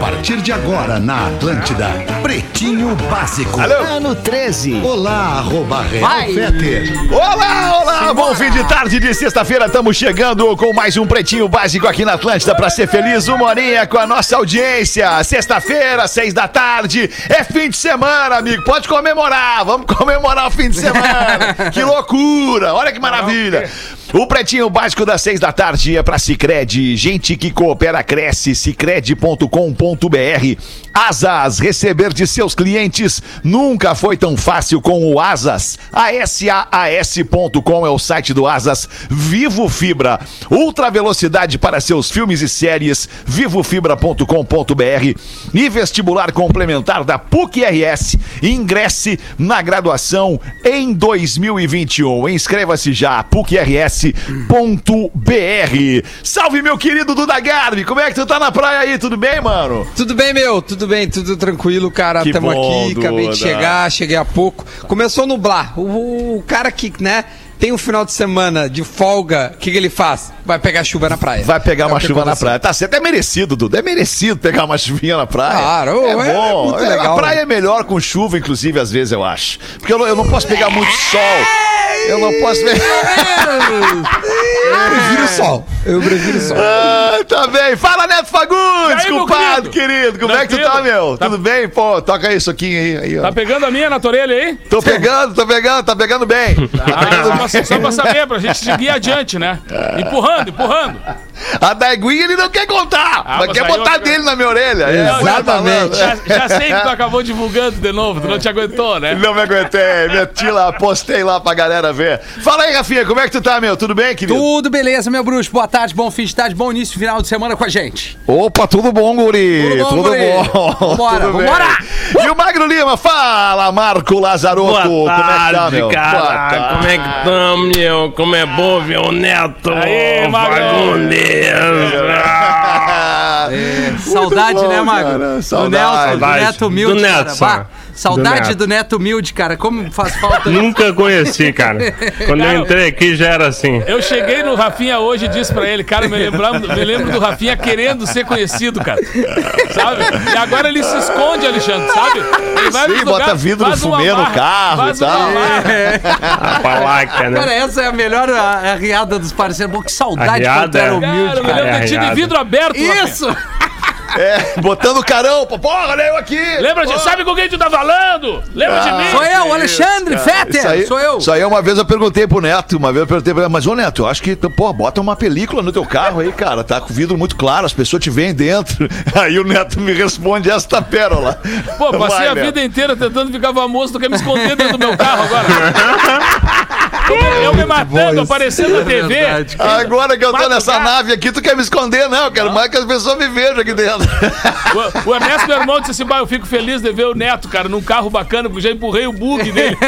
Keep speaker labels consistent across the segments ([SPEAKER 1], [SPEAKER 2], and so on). [SPEAKER 1] partir de agora na Atlântida. Pretinho Básico.
[SPEAKER 2] Ano 13.
[SPEAKER 1] Olá, arroba
[SPEAKER 2] Vai.
[SPEAKER 1] Realfeter.
[SPEAKER 3] Olá, olá, bom fim de tarde de sexta-feira. Estamos chegando com mais um Pretinho Básico aqui na Atlântida para ser feliz. Uma horinha com a nossa audiência. Sexta-feira, seis da tarde. É fim de semana, amigo. Pode comemorar. Vamos comemorar o fim de semana. que loucura. Olha que maravilha. O Pretinho Básico das seis da tarde é para Cicred. Gente que coopera, cresce. Cicred.com.br. Asas, receber de seus clientes nunca foi tão fácil com o Asas. ASAAS.com é o site do Asas. Vivo Fibra. Ultra velocidade para seus filmes e séries. Vivofibra.com.br. E vestibular complementar da PUC-RS. Ingresse na graduação em 2021. Inscreva-se já. PUCRS.br. Salve, meu querido Duda Garbi. Como é que tu tá na praia aí? Tudo bem, mano?
[SPEAKER 4] Tudo bem, meu? Tudo bem, tudo tranquilo, cara.
[SPEAKER 3] Que
[SPEAKER 4] Tamo
[SPEAKER 3] bom,
[SPEAKER 4] aqui, acabei
[SPEAKER 3] Duda.
[SPEAKER 4] de chegar, cheguei há pouco. Começou a nublar. O, o cara que, né, tem um final de semana de folga, o que, que ele faz? Vai pegar chuva na praia.
[SPEAKER 3] Vai pegar
[SPEAKER 4] É o
[SPEAKER 3] uma
[SPEAKER 4] que
[SPEAKER 3] chuva na
[SPEAKER 4] aconteceu.
[SPEAKER 3] praia. Tá certo, é merecido, Duda. É merecido pegar uma chuvinha na praia.
[SPEAKER 4] Claro,
[SPEAKER 3] é,
[SPEAKER 4] é
[SPEAKER 3] bom.
[SPEAKER 4] muito
[SPEAKER 3] É,
[SPEAKER 4] legal,
[SPEAKER 3] a praia
[SPEAKER 4] né?
[SPEAKER 3] é melhor com chuva, inclusive, às vezes, eu acho. Porque eu, não- eu não posso pegar muito sol. Eu não posso pegar.
[SPEAKER 4] É, Eu prefiro o sol. Eu prefiro o sol.
[SPEAKER 3] Ah, tá bem. Fala, Neto Fagundes,
[SPEAKER 5] E aí, meu
[SPEAKER 3] culpado, querido. Como é que tu tá,
[SPEAKER 5] Tranquilo?
[SPEAKER 3] meu?
[SPEAKER 5] Tá-
[SPEAKER 3] Tudo bem? Pô, toca aí, soquinho aí. aí ó.
[SPEAKER 5] Tá pegando a minha na tua orelha aí?
[SPEAKER 3] Tô pegando, tô pegando, tá pegando bem.
[SPEAKER 5] Ah, só, pra, só pra saber, pra gente seguir adiante, né? Empurrando, empurrando.
[SPEAKER 3] A da aguinha ele não quer contar,
[SPEAKER 5] Ah,
[SPEAKER 3] mas
[SPEAKER 5] mas
[SPEAKER 3] quer
[SPEAKER 5] aí
[SPEAKER 3] botar
[SPEAKER 5] eu-
[SPEAKER 3] dele na minha orelha. É,
[SPEAKER 5] Não,
[SPEAKER 4] Exatamente.
[SPEAKER 5] Já, já sei que tu acabou divulgando de novo, tu não te aguentou, né?
[SPEAKER 3] É, Não me aguentei, meti lá, postei lá pra galera ver. Fala aí, Rafinha, como é que tu tá, meu? Tudo bem, querido?
[SPEAKER 4] Tudo beleza, meu bruxo. Boa tarde, bom fim de tarde, bom início, final de semana com a gente.
[SPEAKER 3] Opa, tudo bom, guri?
[SPEAKER 4] Tudo bom, guri? Vambora,
[SPEAKER 3] Tudo bem.
[SPEAKER 4] vambora!
[SPEAKER 3] E o Magro Lima, fala, Marco Lazarotto.
[SPEAKER 6] Boa
[SPEAKER 3] como
[SPEAKER 6] tarde,
[SPEAKER 3] é que tá, meu?
[SPEAKER 6] cara.
[SPEAKER 3] Boa tarde.
[SPEAKER 6] Como é que tamo, meu? Como é bom ver o Neto.
[SPEAKER 5] Aê, Magrão.
[SPEAKER 6] Fagundes.
[SPEAKER 4] É,
[SPEAKER 3] Muito
[SPEAKER 4] saudade,
[SPEAKER 3] bom,
[SPEAKER 4] né, Magro?
[SPEAKER 3] cara,
[SPEAKER 4] Do
[SPEAKER 3] Saudade.
[SPEAKER 4] Nelson, do Neto Humilde,
[SPEAKER 6] Do
[SPEAKER 4] cara.
[SPEAKER 6] Nelson.
[SPEAKER 4] Bah, saudade
[SPEAKER 6] Do Neto.
[SPEAKER 4] do Neto Humilde, cara. Como faz falta.
[SPEAKER 6] Nunca conheci, cara. Quando eu entrei aqui já era assim.
[SPEAKER 5] Eu cheguei no Rafinha hoje e disse pra ele, cara, me, lembra, me lembro do Rafinha querendo ser conhecido, cara. Sabe? E agora ele se esconde, Alexandre, sabe? Ele vai
[SPEAKER 3] Sim,
[SPEAKER 5] nos
[SPEAKER 3] bota vidro
[SPEAKER 5] faz uma
[SPEAKER 3] fumê no
[SPEAKER 5] barra,
[SPEAKER 3] carro
[SPEAKER 5] faz
[SPEAKER 3] e
[SPEAKER 5] uma
[SPEAKER 3] tal. É.
[SPEAKER 5] barra.
[SPEAKER 6] A palaca,
[SPEAKER 4] Cara,
[SPEAKER 6] né?
[SPEAKER 4] essa é a melhor a- arriada dos parceiros. Pô, que saudade
[SPEAKER 6] Arriada,
[SPEAKER 4] quando tu era
[SPEAKER 6] é.
[SPEAKER 4] humilde,
[SPEAKER 5] Cara, me
[SPEAKER 4] cara.
[SPEAKER 5] lembro de ti de
[SPEAKER 6] Arranhado.
[SPEAKER 5] vidro aberto, Rafinha.
[SPEAKER 4] Isso!
[SPEAKER 3] É, botando o carão. pô, Porra, olha eu aqui.
[SPEAKER 5] Lembra de...
[SPEAKER 3] Pô.
[SPEAKER 5] Sabe com quem tu tá falando? Lembra
[SPEAKER 3] Ah,
[SPEAKER 5] de mim?
[SPEAKER 4] Sou eu, Alexandre
[SPEAKER 5] é,
[SPEAKER 3] Isso aí,
[SPEAKER 4] Fetter! Sou eu!
[SPEAKER 3] Isso aí uma vez eu perguntei pro Neto, uma vez eu perguntei pra ele, mas ô Neto, eu acho que, pô, bota uma película no teu carro aí, cara, tá com o vidro muito claro, as pessoas te veem dentro. Aí o Neto me responde esta pérola.
[SPEAKER 5] Pô, passei
[SPEAKER 3] Vai,
[SPEAKER 5] a
[SPEAKER 3] Neto.
[SPEAKER 5] vida inteira tentando ficar famoso, tu quer me esconder dentro do meu carro agora. Eu me matando, aparecendo na TV.
[SPEAKER 4] É Verdade, cara.
[SPEAKER 3] Agora que eu tô
[SPEAKER 5] Vai
[SPEAKER 3] nessa
[SPEAKER 5] jogar.
[SPEAKER 3] nave aqui, tu quer me esconder, não? Eu quero mais que as pessoas me vejam aqui dentro.
[SPEAKER 5] O, o Ernesto, meu irmão, disse assim: "Bah, eu fico feliz de ver o Neto, cara, num carro bacana, porque eu já empurrei o bug dele.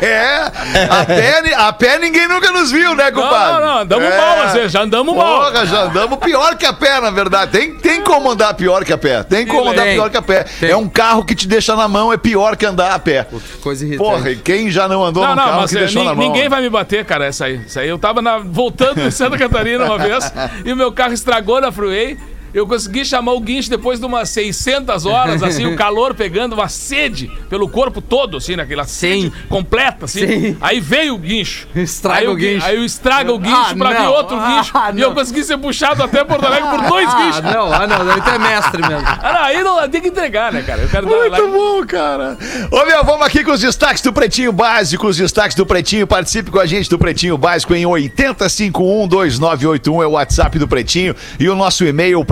[SPEAKER 3] é, a pé, ni- a pé ninguém nunca nos viu, né,
[SPEAKER 5] Não,
[SPEAKER 3] compadre?
[SPEAKER 5] não, não, andamos
[SPEAKER 3] É.
[SPEAKER 5] mal, assim, já andamos mal.
[SPEAKER 3] Porra, já andamos pior que a pé, na verdade. Tem, tem como andar pior que a pé. Tem como andar
[SPEAKER 4] Tem,
[SPEAKER 3] pior que a pé. É um carro que te deixa na mão, é pior que andar a pé.
[SPEAKER 4] Coisa irritante.
[SPEAKER 3] Porra, e quem já não andou
[SPEAKER 4] um
[SPEAKER 5] Não,
[SPEAKER 3] num
[SPEAKER 5] não,
[SPEAKER 3] carro
[SPEAKER 5] mas
[SPEAKER 3] que
[SPEAKER 5] eh,
[SPEAKER 3] deixou
[SPEAKER 5] nin-
[SPEAKER 3] na mão?
[SPEAKER 5] ninguém vai me bater, cara, essa aí. Essa aí. Eu tava na- voltando em Santa Catarina uma vez e o meu carro estragou na freeway. Eu consegui chamar o guincho depois de umas 600 horas, assim, o calor pegando, uma sede pelo corpo todo, assim, naquela
[SPEAKER 4] Sim.
[SPEAKER 5] sede completa, assim.
[SPEAKER 4] Sim.
[SPEAKER 5] Aí veio o guincho.
[SPEAKER 4] Estraga
[SPEAKER 5] aí
[SPEAKER 4] o
[SPEAKER 5] gui-
[SPEAKER 4] guincho.
[SPEAKER 5] Aí eu estraga o guincho
[SPEAKER 4] Ah,
[SPEAKER 5] pra vir
[SPEAKER 4] não.
[SPEAKER 5] outro guincho.
[SPEAKER 4] Ah,
[SPEAKER 5] e eu
[SPEAKER 4] não.
[SPEAKER 5] consegui ser puxado até Porto Alegre por dois
[SPEAKER 4] Ah,
[SPEAKER 5] guinchos.
[SPEAKER 4] não, ah, não, então é mestre mesmo.
[SPEAKER 5] Ah, não, aí não, tem que entregar, né, cara? Eu quero dar
[SPEAKER 3] Muito bom, cara. Ô, meu, vamos aqui com os destaques do Pretinho Básico. Os destaques do Pretinho. Participe com a gente do Pretinho Básico em 8512981 é o WhatsApp do Pretinho. E o nosso e-mail,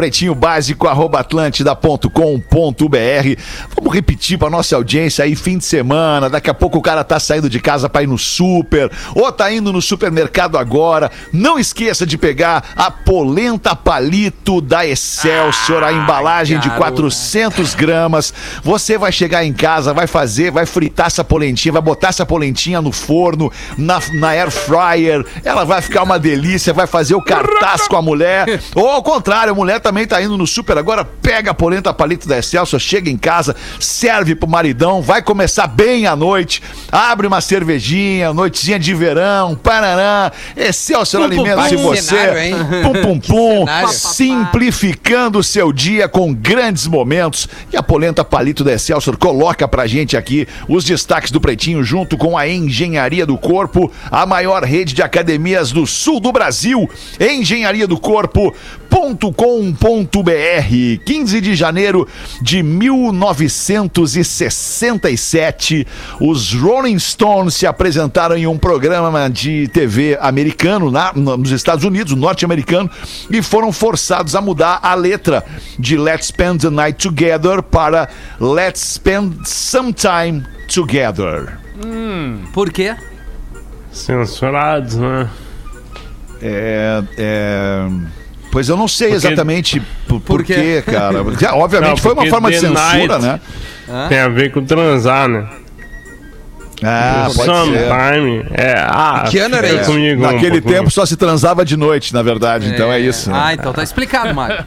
[SPEAKER 3] pretinhobásico.atlântida.com.br. Vamos repetir pra nossa audiência aí, fim de semana. Daqui a pouco o cara tá saindo de casa pra ir no super, ou tá indo no supermercado agora. Não esqueça de pegar a polenta palito da Excelsior, a embalagem de
[SPEAKER 4] garoto.
[SPEAKER 3] 400. 400 gramas. Você vai chegar em casa, vai fazer, vai fritar essa polentinha, vai botar essa polentinha no forno, na, na air fryer. Ela vai ficar uma delícia, vai fazer o cartaz com a mulher. Ou ao contrário, a mulher também também tá indo no super agora, pega a polenta palito da Excelsior, chega em casa, serve pro maridão, vai começar bem a noite, abre uma cervejinha, noitinha de verão, parará, Excelsior Alimentos
[SPEAKER 4] pum.
[SPEAKER 3] de
[SPEAKER 4] Que
[SPEAKER 3] você,
[SPEAKER 4] cenário, hein?
[SPEAKER 3] pum pum pum,
[SPEAKER 4] cenário.
[SPEAKER 3] simplificando o seu dia com grandes momentos. E a polenta palito da Excelsior coloca pra gente aqui os destaques do Pretinho junto com a Engenharia do Corpo, a maior rede de academias do sul do Brasil. Engenharia do Corpo.com.br 15 de janeiro de 1967, os Rolling Stones se apresentaram em um programa de TV americano na- no- nos Estados Unidos, norte-americano, e foram forçados a mudar a letra de Let's Spend the Night Together para Let's Spend Some Time Together.
[SPEAKER 2] Por quê?
[SPEAKER 6] Censurados, né?
[SPEAKER 3] É, é, Pois eu não sei exatamente por, por
[SPEAKER 2] Por
[SPEAKER 3] quê,
[SPEAKER 2] quê?
[SPEAKER 3] cara. Porque, Obviamente
[SPEAKER 6] Não,
[SPEAKER 3] foi uma
[SPEAKER 6] porque
[SPEAKER 3] forma de
[SPEAKER 6] The
[SPEAKER 3] censura,
[SPEAKER 6] Night-
[SPEAKER 3] né?
[SPEAKER 6] Tem a ver com transar, né?
[SPEAKER 3] Ah, pode ser.
[SPEAKER 6] Sometime. É, ah,
[SPEAKER 4] Que ano era
[SPEAKER 6] fica
[SPEAKER 4] isso?
[SPEAKER 6] comigo um
[SPEAKER 3] Naquele
[SPEAKER 6] pouquinho.
[SPEAKER 3] tempo só se transava de noite, na verdade. Então é isso.
[SPEAKER 2] Ah, então tá explicado, Mário.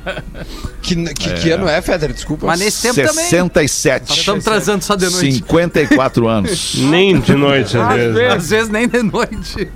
[SPEAKER 4] Que, que, que ano é, Feder? Desculpa.
[SPEAKER 2] Mas nesse tempo também. né?
[SPEAKER 3] 67.
[SPEAKER 2] Estamos transando só de noite.
[SPEAKER 3] 54 anos.
[SPEAKER 6] Nem de noite, às vezes. né?
[SPEAKER 2] Às vezes nem de noite.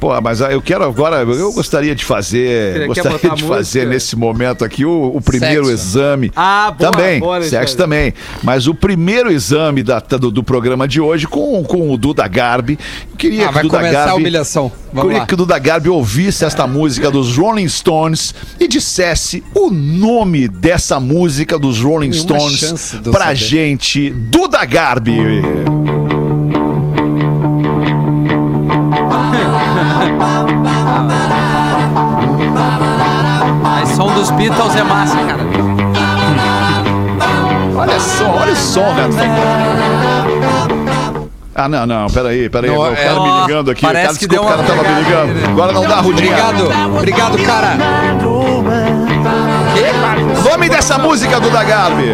[SPEAKER 3] Pô, mas ah, eu quero agora. Eu gostaria de fazer.
[SPEAKER 2] Quer
[SPEAKER 3] Gostaria
[SPEAKER 2] botar
[SPEAKER 3] de
[SPEAKER 2] música?
[SPEAKER 3] fazer nesse momento aqui o, o primeiro
[SPEAKER 4] Sexo.
[SPEAKER 3] exame.
[SPEAKER 2] Ah, boa,
[SPEAKER 3] Também.
[SPEAKER 2] boa, Alexandre.
[SPEAKER 3] sexo também. Mas o primeiro exame da- do, do programa de hoje com, com o Duda Garbi. Eu Queria
[SPEAKER 4] Ah,
[SPEAKER 3] que o
[SPEAKER 4] vai
[SPEAKER 3] Duda
[SPEAKER 4] começar
[SPEAKER 3] Garbi,
[SPEAKER 4] a humilhação. Vamos
[SPEAKER 3] queria
[SPEAKER 4] lá.
[SPEAKER 3] que o Duda Garbi ouvisse esta música dos Rolling Stones e dissesse o nome dessa música dos Rolling
[SPEAKER 4] Nenhuma
[SPEAKER 3] Stones
[SPEAKER 4] chance de eu
[SPEAKER 3] pra
[SPEAKER 4] saber.
[SPEAKER 3] gente, Duda Garbi.
[SPEAKER 2] Mas som dos Beatles é massa, cara.
[SPEAKER 3] Olha só, olha o som, né? Ah, não, não, peraí, peraí.
[SPEAKER 4] Não,
[SPEAKER 3] o cara
[SPEAKER 4] é-
[SPEAKER 3] me ligando aqui. O cara,
[SPEAKER 2] Parece que
[SPEAKER 3] desculpa, o
[SPEAKER 2] deu
[SPEAKER 3] cara
[SPEAKER 2] uma
[SPEAKER 3] tava me
[SPEAKER 2] pegada
[SPEAKER 3] ligando.
[SPEAKER 2] aí, né?
[SPEAKER 3] Agora não dá, Rudinha.
[SPEAKER 4] Obrigado, obrigado, cara.
[SPEAKER 3] Nome dessa música, Duda Garbi.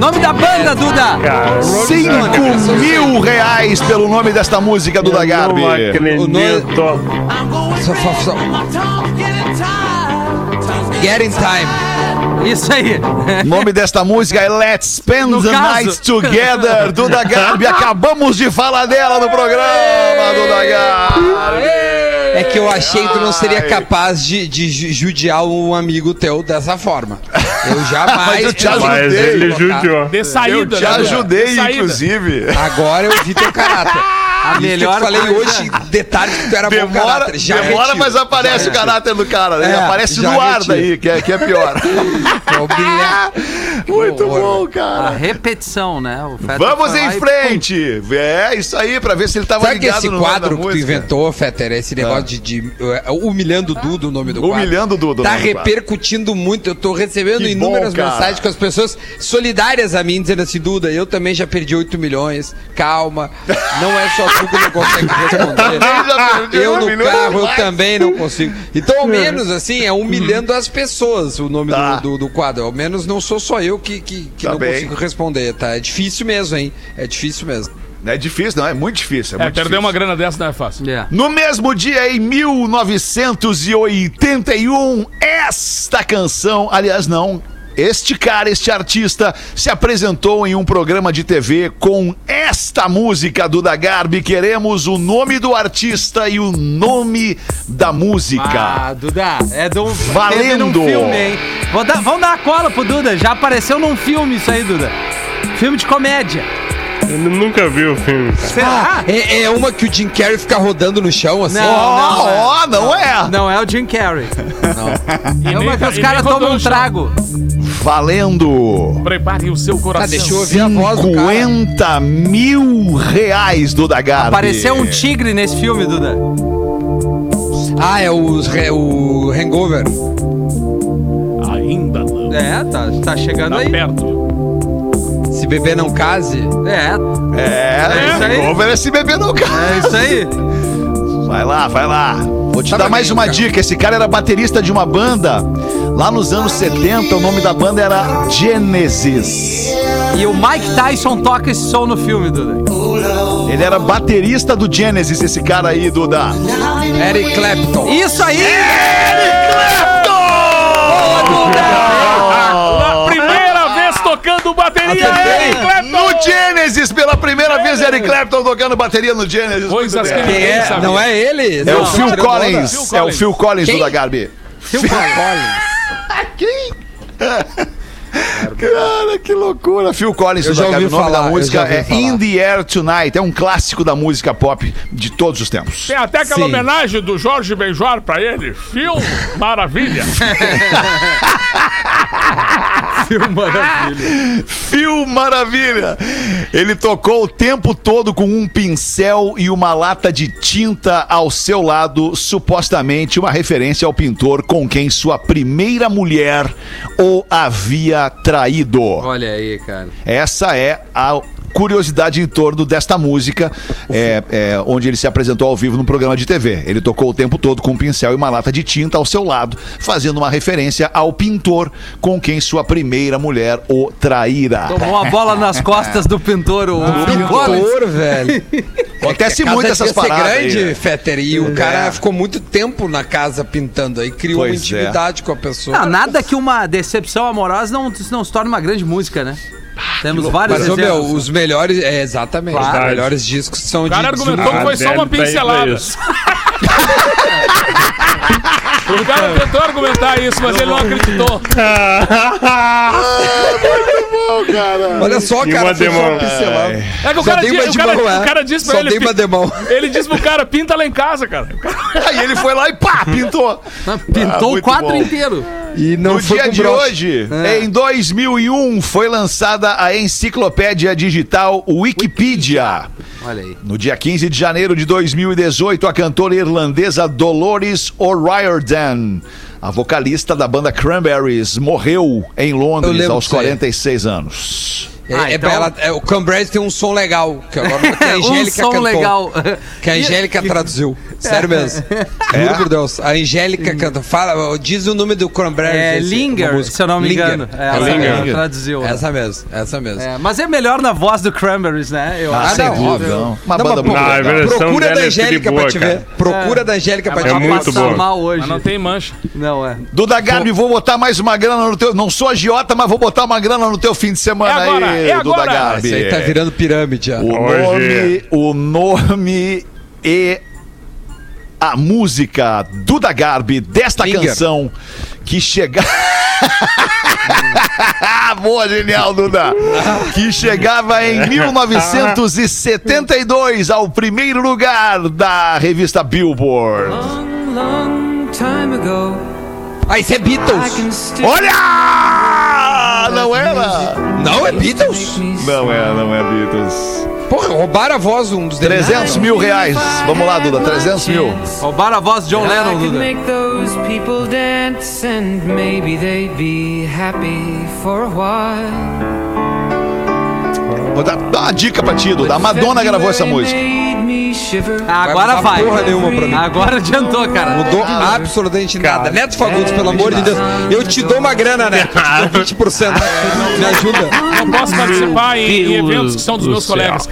[SPEAKER 2] Nome da banda, Duda!
[SPEAKER 6] Cara, né?
[SPEAKER 3] Cinco mil reais pelo nome desta música, Duda Garbi.
[SPEAKER 6] Não acredito.
[SPEAKER 4] O nome- Só- só- só- Get in time.
[SPEAKER 2] Isso aí.
[SPEAKER 3] O nome desta música é Let's Spend
[SPEAKER 2] No
[SPEAKER 3] the
[SPEAKER 2] caso.
[SPEAKER 3] Night Together, Duda Garbi. Acabamos de falar dela no programa, Duda Garbi.
[SPEAKER 4] É que eu achei que tu não seria capaz de, de ju- judiar um amigo teu dessa forma. Eu jamais.
[SPEAKER 3] Mas eu te ajudei.
[SPEAKER 6] Mas ele judiou.
[SPEAKER 5] De saída,
[SPEAKER 3] Te
[SPEAKER 5] né, Duda?
[SPEAKER 3] ajudei,
[SPEAKER 5] Saída.
[SPEAKER 3] inclusive.
[SPEAKER 4] Agora eu vi teu caráter. A
[SPEAKER 2] melhor
[SPEAKER 4] eu falei
[SPEAKER 2] coisa-
[SPEAKER 4] hoje, detalhe que tu era bom
[SPEAKER 3] Demora,
[SPEAKER 4] caráter. Já
[SPEAKER 3] demora
[SPEAKER 4] retiro.
[SPEAKER 3] mas aparece
[SPEAKER 4] Já
[SPEAKER 3] o caráter do cara, né?
[SPEAKER 4] É,
[SPEAKER 3] aparece
[SPEAKER 4] já
[SPEAKER 3] no ar
[SPEAKER 4] retiro.
[SPEAKER 3] daí, que é, que é pior.
[SPEAKER 4] retiro. Obrigado.
[SPEAKER 3] Muito bom,
[SPEAKER 4] horror.
[SPEAKER 2] A
[SPEAKER 3] cara.
[SPEAKER 2] repetição, né? O Fetter
[SPEAKER 3] Vamos
[SPEAKER 2] foi lá
[SPEAKER 3] em
[SPEAKER 2] e-
[SPEAKER 3] frente. É, isso aí, pra ver se ele tava
[SPEAKER 4] Sabe que
[SPEAKER 3] ligado
[SPEAKER 4] esse
[SPEAKER 3] no nome da
[SPEAKER 4] quadro que tu
[SPEAKER 3] música. Ah.
[SPEAKER 4] inventou, Fetter, esse negócio de, de, eh, humilhando o Duda, o nome do quadro.
[SPEAKER 3] Humilhando o Duda, o
[SPEAKER 4] Tá
[SPEAKER 3] nome do quadro.
[SPEAKER 4] repercutindo muito. Eu tô recebendo
[SPEAKER 3] Que
[SPEAKER 4] inúmeras
[SPEAKER 3] bom, cara.
[SPEAKER 4] mensagens com as pessoas solidárias a mim, dizendo assim, Duda, eu também já perdi 8 milhões, calma. Não é só tu que não consegue
[SPEAKER 3] Também já
[SPEAKER 4] responder.
[SPEAKER 3] perdi
[SPEAKER 4] eu
[SPEAKER 3] 8
[SPEAKER 4] no
[SPEAKER 3] milhões,
[SPEAKER 4] carro, eu
[SPEAKER 3] vai. Hum.
[SPEAKER 4] também não consigo. Então, ao menos, assim, é humilhando as pessoas o nome
[SPEAKER 3] Tá.
[SPEAKER 4] do, do, do quadro. Ao menos não sou só eu que, que, que
[SPEAKER 3] Tá
[SPEAKER 4] não
[SPEAKER 3] bem.
[SPEAKER 4] consigo responder, tá? É difícil mesmo, hein? É difícil mesmo.
[SPEAKER 3] É difícil, não, é muito difícil. É,
[SPEAKER 5] É,
[SPEAKER 3] muito
[SPEAKER 5] perder
[SPEAKER 3] difícil.
[SPEAKER 5] uma grana dessa não é fácil.
[SPEAKER 2] É.
[SPEAKER 3] No mesmo dia, em 1981, esta canção, aliás, não. Este cara, este artista, se apresentou em um programa de TV com esta música do Dagarbi. Queremos o nome do artista e o nome da música.
[SPEAKER 2] Ah, Duda, é de um
[SPEAKER 3] Valendo!
[SPEAKER 2] teve num filme, hein? Vou dar, vamos dar a cola pro Duda. Já apareceu num filme isso aí, Duda. Filme de comédia.
[SPEAKER 6] Ele nunca viu o filme. cara.
[SPEAKER 2] Será?
[SPEAKER 4] É, é uma que o Jim Carrey fica rodando no chão, assim.
[SPEAKER 3] Ó,
[SPEAKER 2] Não, não, é.
[SPEAKER 3] ó, não, é.
[SPEAKER 2] Não é o Jim Carrey. É uma
[SPEAKER 5] nem-
[SPEAKER 2] que os
[SPEAKER 5] e
[SPEAKER 2] caras tomam
[SPEAKER 5] nem rodou
[SPEAKER 2] um
[SPEAKER 5] no chão.
[SPEAKER 2] trago.
[SPEAKER 3] Valendo!
[SPEAKER 5] Prepare o seu coração.
[SPEAKER 4] Ah, deixa eu ouvir a voz do cara.
[SPEAKER 3] 50 mil reais do Dagarbi.
[SPEAKER 2] Apareceu um tigre nesse filme, Duda.
[SPEAKER 4] Ah, é o, é o Hangover.
[SPEAKER 5] Ainda não.
[SPEAKER 2] É, tá, tá chegando
[SPEAKER 5] Tá
[SPEAKER 2] aí.
[SPEAKER 5] perto.
[SPEAKER 4] Se beber não case.
[SPEAKER 2] É, É isso
[SPEAKER 3] É,
[SPEAKER 2] aí.
[SPEAKER 3] vou ver esse bebê no carro.
[SPEAKER 2] é isso aí.
[SPEAKER 3] Vai lá, vai lá. Vou te
[SPEAKER 4] Sabe
[SPEAKER 3] dar mais
[SPEAKER 4] alguém,
[SPEAKER 3] uma
[SPEAKER 4] cara?
[SPEAKER 3] dica. Esse cara era baterista de uma banda. Lá nos anos 70, o nome da banda era Genesis.
[SPEAKER 2] E o Mike Tyson toca esse som no filme, Duda.
[SPEAKER 3] Ele era baterista do Genesis, esse cara aí, Duda.
[SPEAKER 4] Eric Clapton.
[SPEAKER 5] É,
[SPEAKER 2] Isso aí!
[SPEAKER 3] Eric Clapton!
[SPEAKER 4] Ah.
[SPEAKER 5] é
[SPEAKER 3] primeira vez Eric Clapton tocando bateria no Genesis.
[SPEAKER 5] Coisas
[SPEAKER 3] Muito bem.
[SPEAKER 4] Hum.
[SPEAKER 5] que-
[SPEAKER 4] Quem
[SPEAKER 5] Ninguém
[SPEAKER 4] é?
[SPEAKER 5] sabia.
[SPEAKER 4] Não é ele?
[SPEAKER 3] É o
[SPEAKER 4] Não,
[SPEAKER 3] Phil
[SPEAKER 4] tirando onda.
[SPEAKER 3] Collins.
[SPEAKER 5] Phil
[SPEAKER 3] É o
[SPEAKER 5] Collins.
[SPEAKER 3] Phil Collins,
[SPEAKER 4] Quem?
[SPEAKER 3] Duda Garbi.
[SPEAKER 4] Phil Collins.
[SPEAKER 3] Cara, que loucura. Phil Collins,
[SPEAKER 4] Eu
[SPEAKER 3] Duda
[SPEAKER 4] já
[SPEAKER 3] Garbi. O
[SPEAKER 4] ouvi
[SPEAKER 3] nome
[SPEAKER 4] falar,
[SPEAKER 3] da
[SPEAKER 4] eu
[SPEAKER 3] música
[SPEAKER 4] já ouvi
[SPEAKER 3] é
[SPEAKER 4] falar.
[SPEAKER 3] In the Air Tonight. É um clássico da música pop de todos os tempos.
[SPEAKER 5] Tem até aquela
[SPEAKER 4] Sim.
[SPEAKER 5] homenagem do Jorge Benjor pra ele. Filme, maravilha.
[SPEAKER 3] Phil Maravilha. Ele tocou o tempo todo com um pincel e uma lata de tinta ao seu lado, supostamente uma referência ao pintor com quem sua primeira mulher o havia traído.
[SPEAKER 4] Olha aí, cara.
[SPEAKER 3] Essa é a curiosidade em torno desta música, é, é, onde ele se apresentou ao vivo num programa de TV. Ele tocou o tempo todo com um pincel e uma lata de tinta ao seu lado, fazendo uma referência ao pintor com quem sua primeira mulher o traíra.
[SPEAKER 4] Então,
[SPEAKER 2] Tomou a bola nas costas do pintor, o Phil Collins.
[SPEAKER 4] Pintor, velho.
[SPEAKER 3] Acontece muito essas
[SPEAKER 4] devia ser
[SPEAKER 3] paradas.
[SPEAKER 4] grande,
[SPEAKER 3] aí, né?
[SPEAKER 4] Fetter. E o cara ficou muito tempo na casa pintando. Aí criou uma
[SPEAKER 3] Pois é.
[SPEAKER 4] intimidade com a pessoa.
[SPEAKER 7] Ah,
[SPEAKER 2] Não, nada que uma decepção amorosa não, isso não se torne uma grande música, né? Temos vários
[SPEAKER 4] Mas, ô, meu,
[SPEAKER 2] exemplos.
[SPEAKER 4] os melhores. É, exatamente. Os
[SPEAKER 6] Claro.
[SPEAKER 4] melhores discos são
[SPEAKER 5] O cara
[SPEAKER 4] de.
[SPEAKER 5] argumentou que foi só uma
[SPEAKER 6] Adele
[SPEAKER 5] pincelada.
[SPEAKER 6] Davis.
[SPEAKER 5] O cara tentou argumentar isso, mas ele não acreditou.
[SPEAKER 4] Olha só,
[SPEAKER 6] E
[SPEAKER 4] cara.
[SPEAKER 6] uma
[SPEAKER 4] Foi só
[SPEAKER 6] demão.
[SPEAKER 4] uma pincelada.
[SPEAKER 5] É que o
[SPEAKER 4] Só
[SPEAKER 5] cara,
[SPEAKER 4] dei
[SPEAKER 5] di-
[SPEAKER 4] uma
[SPEAKER 5] o
[SPEAKER 4] de
[SPEAKER 5] cara-
[SPEAKER 4] mão, é.
[SPEAKER 5] o cara disse pra
[SPEAKER 4] Só
[SPEAKER 5] ele.
[SPEAKER 4] dei uma
[SPEAKER 5] pi-
[SPEAKER 4] de mão.
[SPEAKER 5] Ele disse pro cara, pinta lá em casa, cara. O cara
[SPEAKER 3] Aí ele foi lá e pá, pintou. Ah,
[SPEAKER 2] Pintou o
[SPEAKER 3] muito
[SPEAKER 2] quadro
[SPEAKER 3] bom.
[SPEAKER 2] inteiro.
[SPEAKER 4] E não
[SPEAKER 3] No
[SPEAKER 4] foi
[SPEAKER 3] dia
[SPEAKER 4] com
[SPEAKER 3] de
[SPEAKER 4] broche. É.
[SPEAKER 3] hoje, em 2001, foi lançada a enciclopédia digital Wikipedia.
[SPEAKER 2] Olha aí.
[SPEAKER 3] No dia 15 de janeiro de 2018, a cantora irlandesa Dolores O'Riordan, a vocalista da banda Cranberries, morreu em
[SPEAKER 4] Eu
[SPEAKER 3] Londres
[SPEAKER 4] lembro
[SPEAKER 3] aos
[SPEAKER 4] disso aí.
[SPEAKER 3] 46 anos.
[SPEAKER 4] É,
[SPEAKER 2] Ah,
[SPEAKER 4] é
[SPEAKER 2] então-
[SPEAKER 4] pra ela- é, o Cambridge tem um som legal. Que agora que a
[SPEAKER 2] Um
[SPEAKER 4] Angélica
[SPEAKER 2] som
[SPEAKER 4] cantou,
[SPEAKER 2] legal.
[SPEAKER 4] Que a Angélica traduziu. Sério mesmo.
[SPEAKER 2] É.
[SPEAKER 4] Juro por Deus. A Angélica canta. Fala, diz o nome do Cranberries.
[SPEAKER 2] É
[SPEAKER 4] esse, uma
[SPEAKER 2] Linger,
[SPEAKER 4] música.
[SPEAKER 2] se eu não me
[SPEAKER 4] Linger.
[SPEAKER 2] engano. É, ela-
[SPEAKER 6] Linger.
[SPEAKER 2] ela traduziu. né?
[SPEAKER 4] Essa mesmo, essa mesmo.
[SPEAKER 2] É, mas é melhor na voz do Cranberries, né? Eu
[SPEAKER 3] Ah,
[SPEAKER 2] acho.
[SPEAKER 3] sem
[SPEAKER 4] não,
[SPEAKER 3] dúvida.
[SPEAKER 4] óbvio.
[SPEAKER 3] não. Uma
[SPEAKER 4] Não,
[SPEAKER 3] banda
[SPEAKER 4] mas,
[SPEAKER 3] muito
[SPEAKER 4] pô,
[SPEAKER 6] Ah, é
[SPEAKER 3] legal.
[SPEAKER 6] verdade. versão
[SPEAKER 4] Procura
[SPEAKER 6] dela
[SPEAKER 4] da
[SPEAKER 6] é
[SPEAKER 4] Angélica
[SPEAKER 6] boa,
[SPEAKER 4] pra te ver.
[SPEAKER 6] cara. É
[SPEAKER 4] Procura da Angélica pra
[SPEAKER 2] Ela
[SPEAKER 4] te
[SPEAKER 2] vai
[SPEAKER 4] ver.
[SPEAKER 6] muito
[SPEAKER 2] passar
[SPEAKER 6] boa.
[SPEAKER 2] mal hoje.
[SPEAKER 5] Mas não tem mancha.
[SPEAKER 2] Não, é.
[SPEAKER 3] Duda Garbi, vou botar mais uma grana no teu. Não sou agiota, mas vou botar uma grana no teu fim de semana
[SPEAKER 5] É agora,
[SPEAKER 3] aí,
[SPEAKER 5] é agora.
[SPEAKER 3] Duda Garbi.
[SPEAKER 4] Isso aí tá virando pirâmide já.
[SPEAKER 3] O nome,
[SPEAKER 6] Hoje.
[SPEAKER 3] o nome e a música Duda Garbi desta
[SPEAKER 4] Linger.
[SPEAKER 3] canção que chegava. Boa, genial, Duda! Que chegava em 1972 ao primeiro lugar da revista Billboard.
[SPEAKER 4] Ah, isso é Beatles.
[SPEAKER 3] Olha! Não era?
[SPEAKER 4] Não é Beatles?
[SPEAKER 3] Não é, não é, Beatles.
[SPEAKER 4] Porra, roubaram a voz um dos
[SPEAKER 3] 300 mil reais. Vamos lá, Duda, 300 mil.
[SPEAKER 2] Roubaram a voz de
[SPEAKER 4] Ah,
[SPEAKER 2] John Lennon,
[SPEAKER 8] could
[SPEAKER 2] Duda.
[SPEAKER 8] make those people dance and maybe they'd be happy for a while.
[SPEAKER 3] Vou dar dar uma dica pra ti, Duda. A Madonna gravou essa música.
[SPEAKER 8] Made me shiver.
[SPEAKER 2] Ah,
[SPEAKER 7] Ah.
[SPEAKER 2] Agora
[SPEAKER 4] mudar
[SPEAKER 2] vai.
[SPEAKER 4] porra nenhuma pra mim.
[SPEAKER 2] Agora adiantou, cara.
[SPEAKER 4] Mudou
[SPEAKER 3] né?
[SPEAKER 4] absolutamente nada. Neto Fagundes, pelo amor de Deus. Eu te dou uma grana, Neto. Eu te dou 20%. Me ajuda.
[SPEAKER 5] Não posso participar em, em
[SPEAKER 6] Deus
[SPEAKER 5] eventos que são dos
[SPEAKER 6] do
[SPEAKER 5] meus
[SPEAKER 6] céu.
[SPEAKER 5] colegas.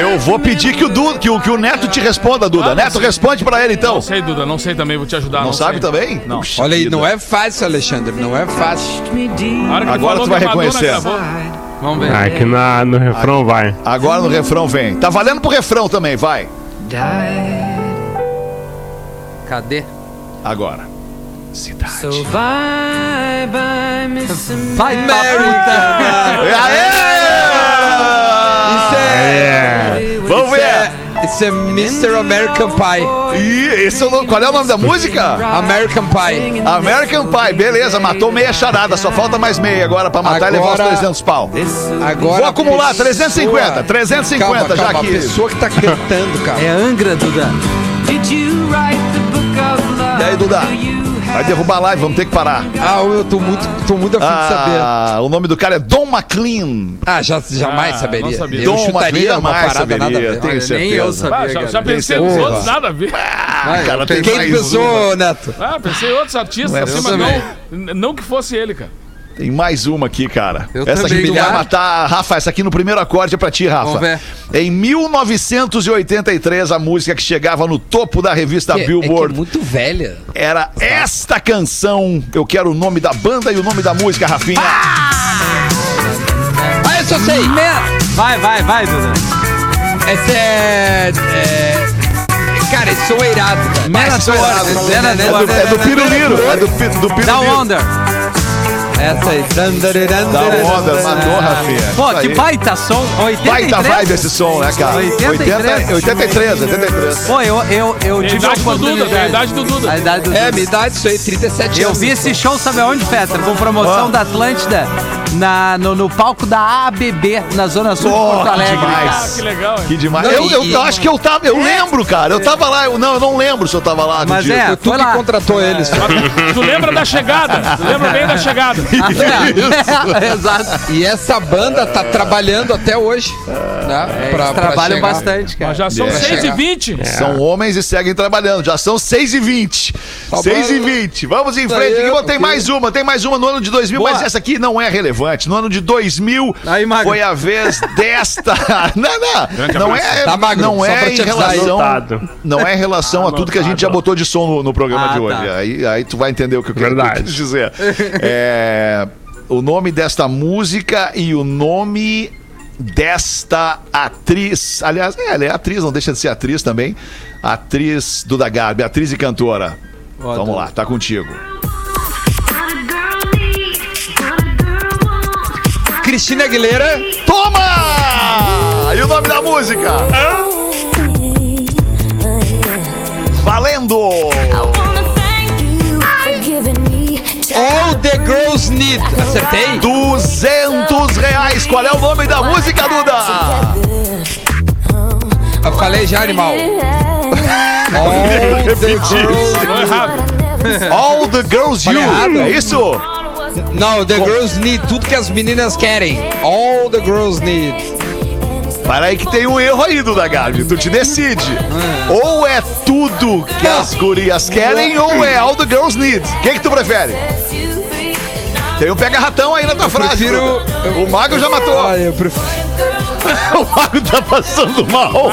[SPEAKER 3] Eu vou pedir que o, Du- que o, que o Neto te responda, Duda. Neto, responde pra ele, então.
[SPEAKER 5] Não sei, Duda, não sei também, vou te ajudar.
[SPEAKER 3] Não, sabe
[SPEAKER 5] sei.
[SPEAKER 3] também? Não.
[SPEAKER 4] Olha aí, não é fácil, Alexandre. Não é fácil.
[SPEAKER 8] Me
[SPEAKER 5] A hora
[SPEAKER 8] deep
[SPEAKER 5] que
[SPEAKER 3] Agora
[SPEAKER 5] falou
[SPEAKER 3] tu vai
[SPEAKER 5] que a Madonna
[SPEAKER 3] reconhecer.
[SPEAKER 5] gravou.
[SPEAKER 2] Vamos ver.
[SPEAKER 6] Ah, que na, no refrão vai.
[SPEAKER 3] Agora no refrão vem. Tá valendo pro refrão também, vai.
[SPEAKER 8] died.
[SPEAKER 2] Cadê?
[SPEAKER 3] Agora.
[SPEAKER 8] So bye bye, Miss
[SPEAKER 2] Vai,
[SPEAKER 4] Merita!
[SPEAKER 3] E Aê!
[SPEAKER 4] Isso é...
[SPEAKER 6] É.
[SPEAKER 3] Vamos ver.
[SPEAKER 4] Isso é Mr. American Pie.
[SPEAKER 3] Ih, esse é o nome- qual é o nome da música?
[SPEAKER 4] American Pie.
[SPEAKER 3] American Pie. Beleza, matou meia charada. Só falta mais meia agora pra matar e levar os
[SPEAKER 4] Agora-
[SPEAKER 3] 300 pau.
[SPEAKER 4] Agora...
[SPEAKER 3] Vou acumular
[SPEAKER 4] pessoa-
[SPEAKER 3] 350, 350
[SPEAKER 4] Calma,
[SPEAKER 3] já
[SPEAKER 4] calma,
[SPEAKER 3] que-
[SPEAKER 4] A pessoa que tá cantando, cara.
[SPEAKER 2] É Angra, Duda.
[SPEAKER 8] Did you write the book of love?
[SPEAKER 3] E aí, Duda?
[SPEAKER 8] Do you
[SPEAKER 3] Vai derrubar a live, vamos ter que parar.
[SPEAKER 4] Ah, eu tô muito, tô muito afim de saber.
[SPEAKER 3] Ah, o nome do cara é Don McLean.
[SPEAKER 4] Ah, já, jamais
[SPEAKER 5] Ah,
[SPEAKER 4] saberia.
[SPEAKER 5] não sabia.
[SPEAKER 4] Eu
[SPEAKER 3] Dom, mas
[SPEAKER 4] chutaria
[SPEAKER 3] nem
[SPEAKER 4] uma
[SPEAKER 3] jamais
[SPEAKER 4] parada nada a
[SPEAKER 3] saberia,
[SPEAKER 4] ver.
[SPEAKER 3] tenho
[SPEAKER 4] Olha,
[SPEAKER 2] Nem eu
[SPEAKER 3] certeza.
[SPEAKER 5] Ah,
[SPEAKER 2] sabia,
[SPEAKER 5] já,
[SPEAKER 2] cara.
[SPEAKER 5] já pensei nos
[SPEAKER 4] Porra.
[SPEAKER 5] outros, nada a ver.
[SPEAKER 3] Ah, cara, tem
[SPEAKER 4] Quem
[SPEAKER 3] mais uma.
[SPEAKER 4] pensou, Neto?
[SPEAKER 5] Ah, pensei em outros artistas,
[SPEAKER 3] Não é
[SPEAKER 5] assim,
[SPEAKER 3] eu
[SPEAKER 5] mas não, não que fosse ele, cara.
[SPEAKER 3] Tem mais uma aqui, cara.
[SPEAKER 4] Eu
[SPEAKER 3] essa aqui
[SPEAKER 4] também,
[SPEAKER 3] tu
[SPEAKER 4] Duda.
[SPEAKER 3] vai matar, Rafa. Essa aqui no primeiro acorde é pra ti, Rafa.
[SPEAKER 4] Vamos ver.
[SPEAKER 3] Em 1983, a música que chegava no topo da revista
[SPEAKER 4] É- é que
[SPEAKER 3] Billboard
[SPEAKER 4] é muito velha.
[SPEAKER 3] era esta canção. Eu quero o nome da banda e o nome da música, Rafinha.
[SPEAKER 4] Ah, eu só sei.
[SPEAKER 2] Mer- Vai, vai, vai, Duda.
[SPEAKER 4] Essa é. é- Cara, eles são eirados, cara.
[SPEAKER 2] Menos
[SPEAKER 4] São
[SPEAKER 2] horas,
[SPEAKER 4] eirados,
[SPEAKER 2] menos
[SPEAKER 4] né, né,
[SPEAKER 2] horas.
[SPEAKER 4] né,
[SPEAKER 3] É do
[SPEAKER 4] né,
[SPEAKER 3] Piruliro. É do, pi- do Piruliro.
[SPEAKER 2] Down Under.
[SPEAKER 4] Essa aí.
[SPEAKER 3] Dá onda, matou, Rafinha.
[SPEAKER 2] Ah. Pô,
[SPEAKER 3] Isso aí.
[SPEAKER 2] que baita som. 83.
[SPEAKER 3] Baita vibe esse som, né, cara?
[SPEAKER 2] 83.
[SPEAKER 3] 80, 83, 83.
[SPEAKER 2] Pô, eu, eu, eu
[SPEAKER 5] É a
[SPEAKER 2] tive a
[SPEAKER 5] idade do Duda, é a
[SPEAKER 2] oportunidade.
[SPEAKER 5] idade do Duda.
[SPEAKER 2] A idade do
[SPEAKER 4] É,
[SPEAKER 2] Duda.
[SPEAKER 4] me dá isso aí, 37
[SPEAKER 2] Eu
[SPEAKER 4] anos.
[SPEAKER 2] vi esse show, sabe aonde, Petra? Com promoção da Atlântida na, no, no palco da ABB, na Zona Sul de Porto
[SPEAKER 3] Porra,
[SPEAKER 2] Alegre.
[SPEAKER 5] Ah,
[SPEAKER 3] demais.
[SPEAKER 5] que legal, hein?
[SPEAKER 3] Que demais.
[SPEAKER 4] Não,
[SPEAKER 3] eu,
[SPEAKER 4] e-
[SPEAKER 3] eu
[SPEAKER 4] e- É.
[SPEAKER 3] acho que eu tava. Eu lembro, cara. Eu tava lá. Eu, não, eu não lembro se eu tava lá. no
[SPEAKER 2] Mas
[SPEAKER 3] dia.
[SPEAKER 2] é.
[SPEAKER 4] Foi tu
[SPEAKER 2] Foi
[SPEAKER 4] que
[SPEAKER 2] lá.
[SPEAKER 4] contratou eles.
[SPEAKER 5] Tu, tu lembra da chegada? Tu lembra bem da chegada?
[SPEAKER 2] É, exato.
[SPEAKER 4] E essa banda tá trabalhando até hoje. Né,
[SPEAKER 2] É, Eles
[SPEAKER 4] pra- pra
[SPEAKER 2] trabalham
[SPEAKER 4] chegar.
[SPEAKER 2] bastante, cara.
[SPEAKER 5] Mas já são
[SPEAKER 3] É.
[SPEAKER 5] 6h20.
[SPEAKER 3] São homens e seguem trabalhando. Já são 6h20.
[SPEAKER 4] bom.
[SPEAKER 3] 6h20. Vamos em
[SPEAKER 4] Isso
[SPEAKER 3] frente.
[SPEAKER 4] aí,
[SPEAKER 3] Aqui, bom, tem
[SPEAKER 4] ok.
[SPEAKER 3] mais uma. Tem mais uma no ano de 2000, mas essa aqui não é relevante. No ano de 2000
[SPEAKER 2] Aí, Magro.
[SPEAKER 3] foi a vez desta. não, não. Não é,
[SPEAKER 4] Tá, Magro,
[SPEAKER 3] não
[SPEAKER 4] só pra
[SPEAKER 3] é
[SPEAKER 4] te
[SPEAKER 3] em
[SPEAKER 4] avisar Ah, aí.
[SPEAKER 3] relação.
[SPEAKER 6] Anotado.
[SPEAKER 3] Não é em relação a tudo que a gente já botou de som no, no programa
[SPEAKER 2] Ah,
[SPEAKER 3] de hoje.
[SPEAKER 2] tá.
[SPEAKER 3] Aí, aí tu vai entender o que eu quero
[SPEAKER 6] Verdade.
[SPEAKER 3] quis dizer. É, o nome desta música e o nome desta atriz. Aliás, é, ela é atriz, não deixa de ser atriz também. Atriz Duda Garbi, atriz e cantora. Vamos lá, tá contigo.
[SPEAKER 4] Cristina Aguilera.
[SPEAKER 3] Toma! E o nome da música? Valendo!
[SPEAKER 4] All the Girls Need. Acertei?
[SPEAKER 3] 200 reais. Qual é o nome da música, Duda?
[SPEAKER 4] Eu falei já, animal. All the girls...
[SPEAKER 5] Tô errado.
[SPEAKER 3] All the Girls You.
[SPEAKER 4] errado.
[SPEAKER 3] É isso?
[SPEAKER 4] Não, The Girls Need. Tudo que as meninas querem. All the Girls Need.
[SPEAKER 3] Para aí que tem um erro aí, Duda Garbi. Tu te decide. Ou é tudo que as gurias querem, ou é All the Girls Need. O que, que tu prefere? Tem um pega-ratão aí na tua frase.
[SPEAKER 4] prefiro-
[SPEAKER 3] Duda. O Mago já matou.
[SPEAKER 4] Ah, eu prefiro...
[SPEAKER 3] O Mago tá passando mal.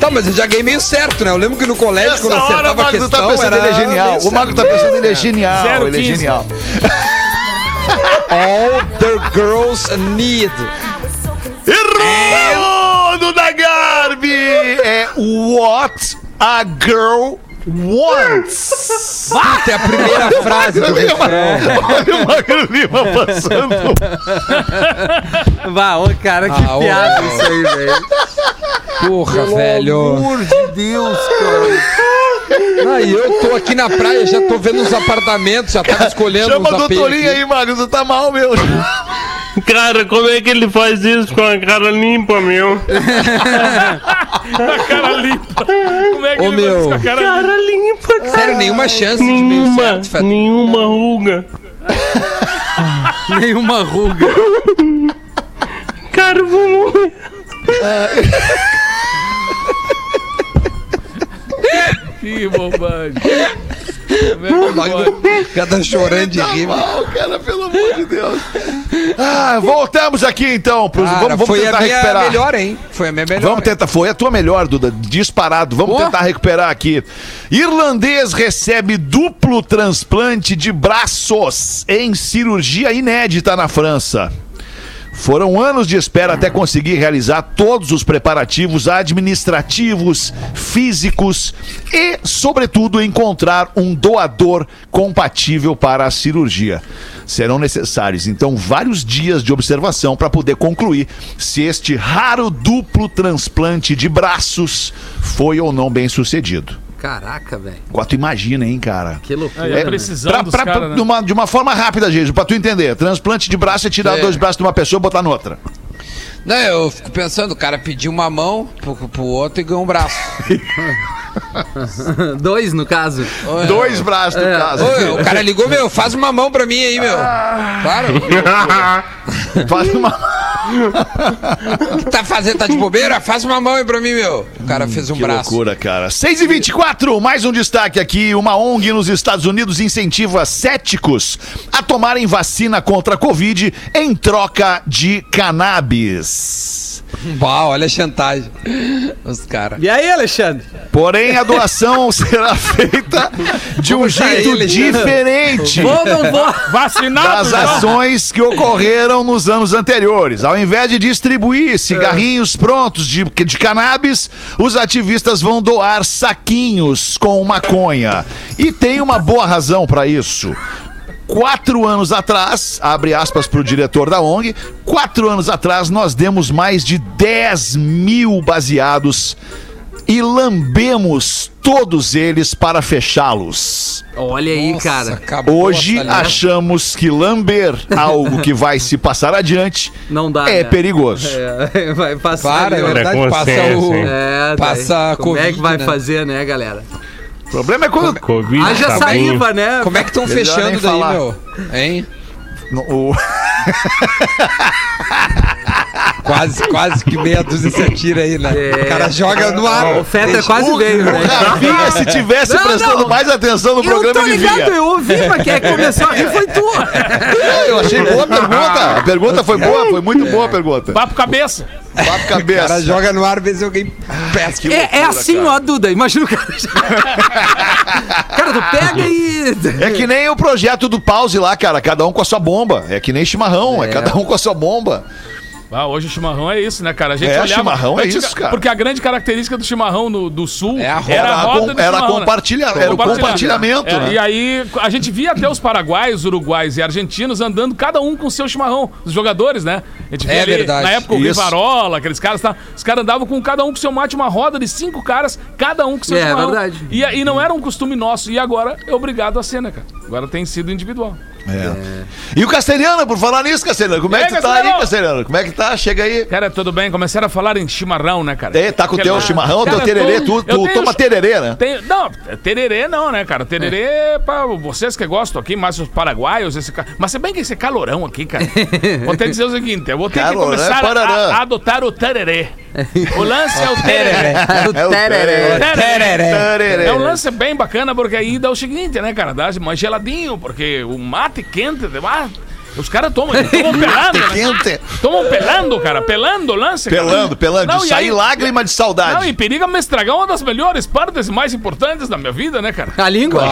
[SPEAKER 4] Tá, mas eu já ganhei meio certo, né? Eu lembro que no colégio,
[SPEAKER 3] Essa
[SPEAKER 4] quando
[SPEAKER 3] hora o
[SPEAKER 4] acertava a
[SPEAKER 3] Mago
[SPEAKER 4] questão,
[SPEAKER 3] tá pensando
[SPEAKER 4] era...
[SPEAKER 3] ele é genial.
[SPEAKER 4] meio
[SPEAKER 3] O Mago tá
[SPEAKER 4] certo.
[SPEAKER 3] pensando ele é genial.
[SPEAKER 5] Zero
[SPEAKER 3] ele é
[SPEAKER 5] quinze.
[SPEAKER 3] genial.
[SPEAKER 4] All the girls need.
[SPEAKER 3] Errou, Duda Garbi! É What a Girl Wants.
[SPEAKER 4] Puta, é a primeira frase do refrão.
[SPEAKER 3] Olha o Magro Lima
[SPEAKER 4] É.
[SPEAKER 3] passando.
[SPEAKER 2] Vá, ô cara, que
[SPEAKER 4] Ah, ô,
[SPEAKER 2] piada
[SPEAKER 4] ô.
[SPEAKER 2] isso aí, velho.
[SPEAKER 4] Porra, velho.
[SPEAKER 2] amor de Deus, cara.
[SPEAKER 4] Aí eu tô aqui na praia, já tô vendo os apartamentos, já tava escolhendo
[SPEAKER 3] Chama
[SPEAKER 4] os
[SPEAKER 3] a
[SPEAKER 4] apê
[SPEAKER 3] doutorinha
[SPEAKER 4] um aqui.
[SPEAKER 3] aí, Magro. Tu tá mal, meu.
[SPEAKER 6] Cara, como é que ele faz isso com a cara limpa, meu?
[SPEAKER 5] A cara limpa. Como é que
[SPEAKER 4] Ô,
[SPEAKER 5] ele
[SPEAKER 4] meu.
[SPEAKER 5] faz com a cara limpa?
[SPEAKER 6] Cara limpa, cara.
[SPEAKER 4] Sério, nenhuma chance de meio
[SPEAKER 6] Nenhuma,
[SPEAKER 4] certo, Feta.
[SPEAKER 6] nenhuma ruga.
[SPEAKER 2] Nenhuma ruga.
[SPEAKER 6] Cara, eu vou morrer.
[SPEAKER 5] Que bobagem. Como é que pode?
[SPEAKER 4] Já tá chorando de rir. mano.
[SPEAKER 3] mal, cara, pelo amor de Deus. Ah, voltamos aqui então. Pros,
[SPEAKER 4] Cara,
[SPEAKER 3] vamos vamos
[SPEAKER 4] foi
[SPEAKER 3] tentar
[SPEAKER 4] a minha
[SPEAKER 3] recuperar.
[SPEAKER 4] melhor, hein? Foi a minha melhor.
[SPEAKER 3] Vamos tentar, foi a tua melhor, Duda, disparado. Vamos tentar recuperar aqui. Irlandês recebe duplo transplante de braços em cirurgia inédita na França. Foram anos de espera até conseguir realizar todos os preparativos administrativos, físicos e, sobretudo, encontrar um doador compatível para a cirurgia. Serão necessários, então, vários dias de observação para poder concluir se este raro duplo transplante de braços foi ou não bem sucedido.
[SPEAKER 2] Caraca, velho.
[SPEAKER 3] Agora tu imagina, hein, cara?
[SPEAKER 2] Que loucura.
[SPEAKER 5] Aí
[SPEAKER 2] né?
[SPEAKER 5] é precisando
[SPEAKER 3] Pra-
[SPEAKER 5] dos
[SPEAKER 3] pra-
[SPEAKER 5] caras, né?
[SPEAKER 3] de, uma, de uma forma rápida, gente, pra tu entender. Transplante de braço é tirar
[SPEAKER 4] É.
[SPEAKER 3] dois braços de uma pessoa e botar na outra.
[SPEAKER 4] Não, eu fico pensando, o cara pediu uma mão pro, pro outro e ganhou um braço.
[SPEAKER 2] Dois, no caso.
[SPEAKER 3] Dois braços, no caso.
[SPEAKER 4] Ô, o cara ligou, meu, faz uma mão pra mim aí, meu. Claro.
[SPEAKER 3] Faz uma...
[SPEAKER 4] O que tá fazendo? Tá de bobeira? Faz uma mão aí pra mim, meu. O
[SPEAKER 6] Hum,
[SPEAKER 4] cara fez um
[SPEAKER 3] Que
[SPEAKER 4] braço.
[SPEAKER 3] loucura, cara. 6 e 24 mais um destaque aqui. Uma ONG nos Estados Unidos incentiva céticos a tomarem vacina contra a Covid em troca de cannabis.
[SPEAKER 4] Uau, olha a chantagem. Os caras.
[SPEAKER 2] E aí, Alexandre?
[SPEAKER 3] Porém, a doação será feita de um
[SPEAKER 4] botar
[SPEAKER 3] jeito
[SPEAKER 4] ele.
[SPEAKER 3] diferente.
[SPEAKER 2] Vou ou não vou?
[SPEAKER 5] Vacinado, né?
[SPEAKER 3] das
[SPEAKER 5] já.
[SPEAKER 3] ações que ocorreram nos anos anteriores. Ao invés de distribuir cigarrinhos prontos de, de cannabis, os ativistas vão doar saquinhos com maconha. E tem uma boa razão para isso. Quatro anos atrás, abre aspas para o diretor da ONG, quatro anos atrás nós demos mais de 10 mil baseados e lambemos todos eles para fechá-los.
[SPEAKER 7] Olha aí, cara.
[SPEAKER 4] acabou
[SPEAKER 3] Hoje
[SPEAKER 4] a salinha.
[SPEAKER 3] achamos que lamber algo que vai se passar adiante
[SPEAKER 7] Não dá.
[SPEAKER 3] é
[SPEAKER 7] né?
[SPEAKER 3] perigoso.
[SPEAKER 7] É, vai passar.
[SPEAKER 4] Para, é
[SPEAKER 7] ali, ó.
[SPEAKER 4] verdade, passa o.
[SPEAKER 6] Preconceito, hein?
[SPEAKER 7] É,
[SPEAKER 4] Passa
[SPEAKER 7] daí, Como é que
[SPEAKER 4] Covid,
[SPEAKER 7] vai
[SPEAKER 4] né?
[SPEAKER 7] fazer, né, galera?
[SPEAKER 3] O problema é quando
[SPEAKER 6] Covid,
[SPEAKER 7] Haja
[SPEAKER 6] tá
[SPEAKER 7] saliva, né?
[SPEAKER 4] Como é que estão
[SPEAKER 3] Melhor nem
[SPEAKER 4] fechando daí,
[SPEAKER 3] falar.
[SPEAKER 4] meu? Hein?
[SPEAKER 3] no- o-
[SPEAKER 4] Quase, quase que meia dúzia se atira aí, né?
[SPEAKER 7] É.
[SPEAKER 4] O cara joga no
[SPEAKER 7] O
[SPEAKER 4] ar.
[SPEAKER 7] Fetter quase
[SPEAKER 3] o-
[SPEAKER 7] veio,
[SPEAKER 3] o
[SPEAKER 7] né?
[SPEAKER 3] Rafinha, se tivesse
[SPEAKER 7] Não,
[SPEAKER 3] prestando
[SPEAKER 7] não.
[SPEAKER 3] mais atenção no
[SPEAKER 7] Eu
[SPEAKER 3] programa,
[SPEAKER 7] tô
[SPEAKER 3] ele
[SPEAKER 7] ligado,
[SPEAKER 3] vinha.
[SPEAKER 7] eu ouvi, mas quem é que começou a rir foi tu.
[SPEAKER 3] É, Eu achei boa a pergunta. A pergunta foi boa, foi muito boa a pergunta.
[SPEAKER 5] Papo cabeça.
[SPEAKER 3] Papo
[SPEAKER 4] O cara
[SPEAKER 3] cabeça.
[SPEAKER 4] joga no ar, vê se alguém pesca.
[SPEAKER 7] É, é assim, ó, Duda, imagina o cara. cara, tu pega e.
[SPEAKER 3] É que nem o projeto do pause lá, cara. Cada um com a sua bomba. É que nem chimarrão, é, cada um com a sua bomba.
[SPEAKER 5] Ah, hoje o chimarrão é isso, né, cara? A gente
[SPEAKER 3] É,
[SPEAKER 5] olhava.
[SPEAKER 3] chimarrão é
[SPEAKER 5] antiga-
[SPEAKER 3] isso, cara.
[SPEAKER 5] Porque a grande característica do chimarrão no- do sul
[SPEAKER 4] É a roda.
[SPEAKER 5] era a
[SPEAKER 3] Era,
[SPEAKER 5] roda
[SPEAKER 3] com,
[SPEAKER 5] do
[SPEAKER 3] era
[SPEAKER 5] chimarrão, né?
[SPEAKER 3] compartilha, era o compartilhamento,
[SPEAKER 5] É,
[SPEAKER 3] né?
[SPEAKER 5] E aí, a gente via até os paraguaios, uruguaios e argentinos andando, cada um com seu chimarrão, os jogadores, né? A gente via
[SPEAKER 4] É verdade.
[SPEAKER 5] Na época, o
[SPEAKER 3] Isso.
[SPEAKER 5] Rivarola, aqueles caras, tá? os caras andavam com cada um com seu mate, uma roda de cinco caras, cada um com seu
[SPEAKER 7] É,
[SPEAKER 5] chimarrão.
[SPEAKER 7] verdade.
[SPEAKER 5] E, aí não era um costume nosso, e agora é obrigado a ser, né, cara? Agora tem sido individual.
[SPEAKER 3] É. E o Castelhano, por falar nisso, Castelhano, como
[SPEAKER 5] E
[SPEAKER 3] é
[SPEAKER 5] aí,
[SPEAKER 3] que tu tá aí,
[SPEAKER 5] Castelhano?
[SPEAKER 3] Castelhano? Como é que tá? Chega aí.
[SPEAKER 5] Cara, tudo bem? Começaram a falar em chimarrão, né, cara?
[SPEAKER 3] É, tá com o teu
[SPEAKER 5] Aquela-
[SPEAKER 3] chimarrão, teu
[SPEAKER 5] Cara,
[SPEAKER 3] tererê,
[SPEAKER 5] tô-
[SPEAKER 3] tu,
[SPEAKER 5] eu
[SPEAKER 3] tu
[SPEAKER 5] tenho
[SPEAKER 3] toma
[SPEAKER 5] ch-
[SPEAKER 3] tererê, né?
[SPEAKER 5] Tem, não, tererê não, né, cara? Tererê é pra vocês que gostam aqui, mais os paraguaios. Esse, ca- mas se bem que esse é calorão aqui, cara. vou ter que dizer o seguinte: eu vou ter
[SPEAKER 3] Calorão
[SPEAKER 5] que começar
[SPEAKER 3] é parará.
[SPEAKER 5] a, a adotar o tererê. O lance é o tererê.
[SPEAKER 7] É o tereré.
[SPEAKER 3] Tereré.
[SPEAKER 5] É um lance bem bacana, porque aí dá o seguinte, né, cara? Dá mais geladinho, porque o mate quente demais. Os caras tomam, eles tomam pelando, né?
[SPEAKER 3] Quente.
[SPEAKER 5] Tomam pelando, cara. Pelando o lance. cara.
[SPEAKER 3] Pelando, pelando.
[SPEAKER 5] Não,
[SPEAKER 3] de
[SPEAKER 5] e
[SPEAKER 3] sair
[SPEAKER 5] aí-
[SPEAKER 3] lágrima de
[SPEAKER 5] Não,
[SPEAKER 3] saudade.
[SPEAKER 5] e periga me estragar uma das melhores partes e mais importantes da minha vida, né, cara?
[SPEAKER 7] A língua?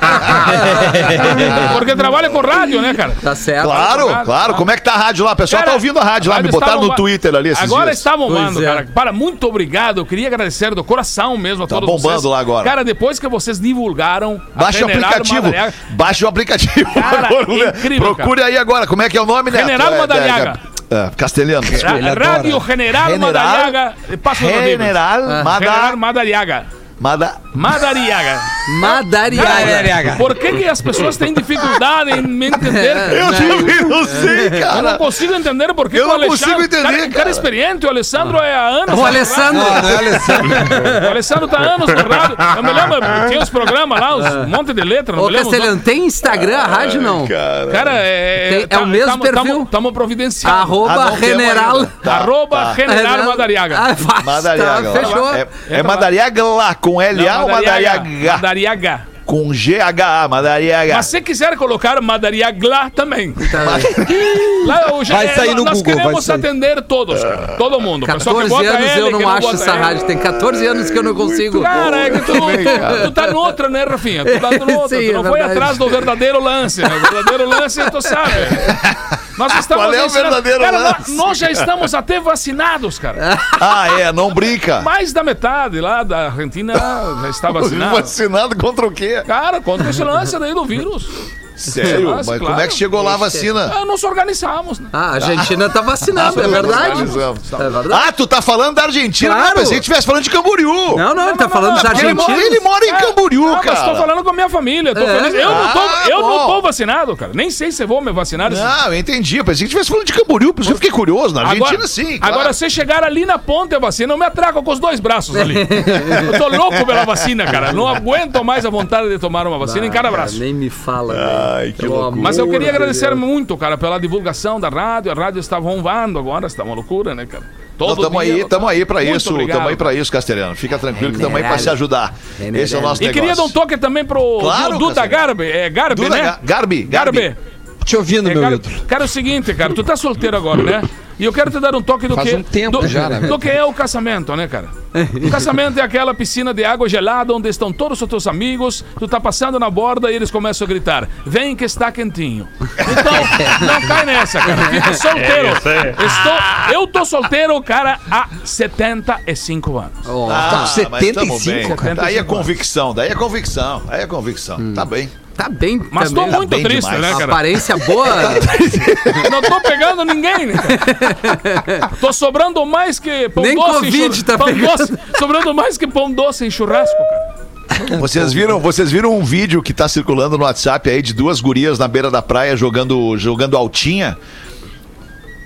[SPEAKER 3] Ah.
[SPEAKER 5] Porque trabalha com rádio, né, cara?
[SPEAKER 7] Tá certo.
[SPEAKER 3] claro,
[SPEAKER 5] claro,
[SPEAKER 3] claro. Como é que tá a rádio lá? O pessoal
[SPEAKER 5] Cara,
[SPEAKER 3] tá ouvindo a rádio lá.
[SPEAKER 5] a
[SPEAKER 3] Me
[SPEAKER 5] rádio
[SPEAKER 3] botaram
[SPEAKER 5] está
[SPEAKER 3] no
[SPEAKER 5] bomba-
[SPEAKER 3] Twitter ali esses
[SPEAKER 5] Agora
[SPEAKER 3] dias.
[SPEAKER 5] está bombando,
[SPEAKER 7] Pois é.
[SPEAKER 5] cara. Para, muito obrigado. Eu queria agradecer do coração mesmo a
[SPEAKER 3] Tá
[SPEAKER 5] todos
[SPEAKER 3] bombando
[SPEAKER 5] vocês.
[SPEAKER 3] lá agora.
[SPEAKER 5] Cara, depois que vocês divulgaram... a
[SPEAKER 3] Baixa o
[SPEAKER 5] General
[SPEAKER 3] aplicativo.
[SPEAKER 5] Madariaga-
[SPEAKER 3] Baixa o aplicativo.
[SPEAKER 5] Cara,
[SPEAKER 3] Procura-
[SPEAKER 5] incrível,
[SPEAKER 3] Procure aí agora. Como é que é o nome, né?
[SPEAKER 5] General Madariaga.
[SPEAKER 3] castelhano.
[SPEAKER 5] Ra-
[SPEAKER 4] Ele adora.
[SPEAKER 5] Rádio General,
[SPEAKER 3] General-
[SPEAKER 5] Madariaga. Passa o nome.
[SPEAKER 3] General
[SPEAKER 5] General
[SPEAKER 3] Mada...
[SPEAKER 5] Madariaga.
[SPEAKER 3] Mada...
[SPEAKER 5] Madariaga.
[SPEAKER 7] Madariaga.
[SPEAKER 5] Por que, que as pessoas têm dificuldade em me entender?
[SPEAKER 7] É, né?
[SPEAKER 3] Eu também não sei,
[SPEAKER 5] Eu não
[SPEAKER 3] cara.
[SPEAKER 5] consigo entender por que
[SPEAKER 3] Eu
[SPEAKER 5] que o
[SPEAKER 3] não
[SPEAKER 5] Alexandre-
[SPEAKER 3] consigo entender,
[SPEAKER 5] cara, cara
[SPEAKER 3] cara.
[SPEAKER 5] experiente, o Alessandro é há anos.
[SPEAKER 7] Ah. O
[SPEAKER 5] na
[SPEAKER 7] Alessandro.
[SPEAKER 4] Não, não é Alessandro.
[SPEAKER 5] rádio. O Alessandro tá há anos no rádio. Eu me lembro, tinha os programas lá, os um monte de letra. Não
[SPEAKER 7] Ah. Ô,
[SPEAKER 5] me lembro os
[SPEAKER 7] Castelhano, tem Instagram, a rádio não?
[SPEAKER 5] nomes. Cara, é.
[SPEAKER 7] Tem- é o mesmo
[SPEAKER 5] tamo,
[SPEAKER 7] perfil?
[SPEAKER 5] Tamo, tamo providenciando.
[SPEAKER 7] Arroba
[SPEAKER 3] Ah, não, temos
[SPEAKER 7] General.
[SPEAKER 3] ainda. Tá,
[SPEAKER 5] Arroba
[SPEAKER 3] tá.
[SPEAKER 5] General Madariaga.
[SPEAKER 7] Ah, faz,
[SPEAKER 3] Madariaga.
[SPEAKER 7] tá, fechou.
[SPEAKER 3] É, é Madariaga lá, com LA
[SPEAKER 5] Não,
[SPEAKER 3] ou Madariaga?
[SPEAKER 5] Madariaga.
[SPEAKER 3] Com GHA, Madariaga.
[SPEAKER 5] Mas se quiser colocar Madariaga lá também.
[SPEAKER 7] Tá.
[SPEAKER 5] Lá, o
[SPEAKER 4] Vai sair no
[SPEAKER 5] nós
[SPEAKER 4] Google, vai
[SPEAKER 5] queremos
[SPEAKER 4] sair.
[SPEAKER 5] atender todos, cara. Todo mundo. O pessoal que
[SPEAKER 7] 14
[SPEAKER 5] bota
[SPEAKER 7] anos
[SPEAKER 5] L,
[SPEAKER 7] eu
[SPEAKER 5] que
[SPEAKER 7] não acho
[SPEAKER 5] bota
[SPEAKER 7] essa
[SPEAKER 5] L.
[SPEAKER 7] rádio. Tem 14 anos que eu não consigo.
[SPEAKER 5] Cara, é que tu,
[SPEAKER 3] Muito bem, cara.
[SPEAKER 5] tu tá noutra, né, Rafinha? Tu tá noutra.
[SPEAKER 7] Sim,
[SPEAKER 5] tu não
[SPEAKER 7] é
[SPEAKER 5] foi
[SPEAKER 7] verdade.
[SPEAKER 5] atrás do verdadeiro lance, né? O verdadeiro lance, tu sabe. Nós estamos
[SPEAKER 3] Qual é o
[SPEAKER 5] ensinando-
[SPEAKER 3] verdadeiro
[SPEAKER 5] cara, nós-
[SPEAKER 3] lance?
[SPEAKER 5] Nós, já estamos até vacinados, cara.
[SPEAKER 3] Ah, é, não brinca.
[SPEAKER 5] Mais da metade lá da Argentina já está vacinada.
[SPEAKER 3] Vacinado contra o quê?
[SPEAKER 5] Cara, contra esse lance daí do vírus.
[SPEAKER 3] Sério?
[SPEAKER 5] Nossa,
[SPEAKER 3] Mas
[SPEAKER 5] claro.
[SPEAKER 3] como é que chegou lá a vacina?
[SPEAKER 5] Ah, Não nos organizamos, né?
[SPEAKER 7] Ah, a Argentina tá vacinando, é verdade. É verdade.
[SPEAKER 3] Ah, tu tá falando da Argentina?
[SPEAKER 7] Claro.
[SPEAKER 3] Não, pensei que estivesse falando de Camboriú.
[SPEAKER 7] Não, não, ele tá falando dos
[SPEAKER 5] não,
[SPEAKER 3] Ele, mora,
[SPEAKER 7] argentinos.
[SPEAKER 3] ele mora em
[SPEAKER 5] É,
[SPEAKER 3] Camboriú,
[SPEAKER 5] não,
[SPEAKER 3] cara.
[SPEAKER 5] Mas tô falando com a minha família. tô
[SPEAKER 7] É.
[SPEAKER 5] feliz. Eu, não, tô,
[SPEAKER 3] Ah,
[SPEAKER 5] eu não
[SPEAKER 3] bom.
[SPEAKER 5] tô vacinado, cara. Nem sei se eu vou me vacinar. esse-
[SPEAKER 3] Não, eu entendi. Eu Pensei que estivesse falando de Camboriú, por isso que eu fiquei curioso. Na Argentina, sim. claro.
[SPEAKER 5] Agora, se chegar ali na ponta da vacina, eu me atraco com os dois braços ali. eu tô louco pela vacina, cara. Não aguento mais a vontade de tomar uma vacina em cada
[SPEAKER 7] Ah,
[SPEAKER 5] braço.
[SPEAKER 7] Nem me fala. velho.
[SPEAKER 3] que
[SPEAKER 7] Pelo
[SPEAKER 3] loucura.
[SPEAKER 7] amor
[SPEAKER 5] Mas eu queria
[SPEAKER 7] de
[SPEAKER 5] agradecer
[SPEAKER 7] Deus.
[SPEAKER 5] muito, cara, pela divulgação da rádio. A rádio está bombando agora, está uma loucura, né, cara?
[SPEAKER 3] Não,
[SPEAKER 5] Todo
[SPEAKER 3] tamo
[SPEAKER 5] dia,
[SPEAKER 3] aí, tamo aí pra
[SPEAKER 5] Muito
[SPEAKER 3] isso,
[SPEAKER 5] obrigado.
[SPEAKER 3] tamo aí pra isso, Castelhano. Fica tranquilo que tamo aí pra
[SPEAKER 7] General.
[SPEAKER 3] se ajudar. Esse é o nosso
[SPEAKER 5] E queria dar um
[SPEAKER 3] negócio.
[SPEAKER 5] toque também pro
[SPEAKER 3] Claro,
[SPEAKER 5] pro Duda
[SPEAKER 3] Cassiano.
[SPEAKER 5] Garbi. É Garbi,
[SPEAKER 3] Duda
[SPEAKER 5] né?
[SPEAKER 3] Ga- Garbi, Garbi.
[SPEAKER 5] Garbi.
[SPEAKER 4] Te ouvindo,
[SPEAKER 5] É,
[SPEAKER 4] meu
[SPEAKER 5] cara,
[SPEAKER 4] ídolo.
[SPEAKER 5] cara, é o seguinte, cara, tu tá solteiro agora, né? E eu quero te dar um toque do
[SPEAKER 4] Faz
[SPEAKER 5] que.
[SPEAKER 4] um tempo
[SPEAKER 5] do,
[SPEAKER 4] já, na
[SPEAKER 5] do que é o casamento, né, cara? O casamento é aquela piscina de água gelada onde estão todos os teus amigos, tu tá passando na borda e eles começam a gritar: vem que está quentinho. Então, não cai nessa, cara. Fica solteiro.
[SPEAKER 6] É isso aí.
[SPEAKER 5] Estou, eu tô solteiro, cara, há 75 anos.
[SPEAKER 7] Tá,
[SPEAKER 3] Ah, mas tamo
[SPEAKER 4] 75,
[SPEAKER 3] bem.
[SPEAKER 4] cara.
[SPEAKER 3] Daí é convicção, daí é convicção, daí é convicção. Tá bem.
[SPEAKER 7] Tá bem
[SPEAKER 5] Mas tô
[SPEAKER 7] também.
[SPEAKER 5] muito
[SPEAKER 3] bem
[SPEAKER 5] triste,
[SPEAKER 3] demais.
[SPEAKER 5] né,
[SPEAKER 7] Uma
[SPEAKER 5] cara?
[SPEAKER 7] Aparência boa.
[SPEAKER 5] Não tô pegando ninguém, né? cara? Tô sobrando mais que pão
[SPEAKER 7] Nem
[SPEAKER 5] doce. em
[SPEAKER 7] Covid
[SPEAKER 5] churra-
[SPEAKER 7] tá
[SPEAKER 5] pão
[SPEAKER 7] pegando.
[SPEAKER 5] doce- sobrando mais que pão doce em churrasco, cara.
[SPEAKER 3] Vocês viram, vocês viram um vídeo que tá circulando no WhatsApp aí de duas gurias na beira da praia jogando, jogando altinha?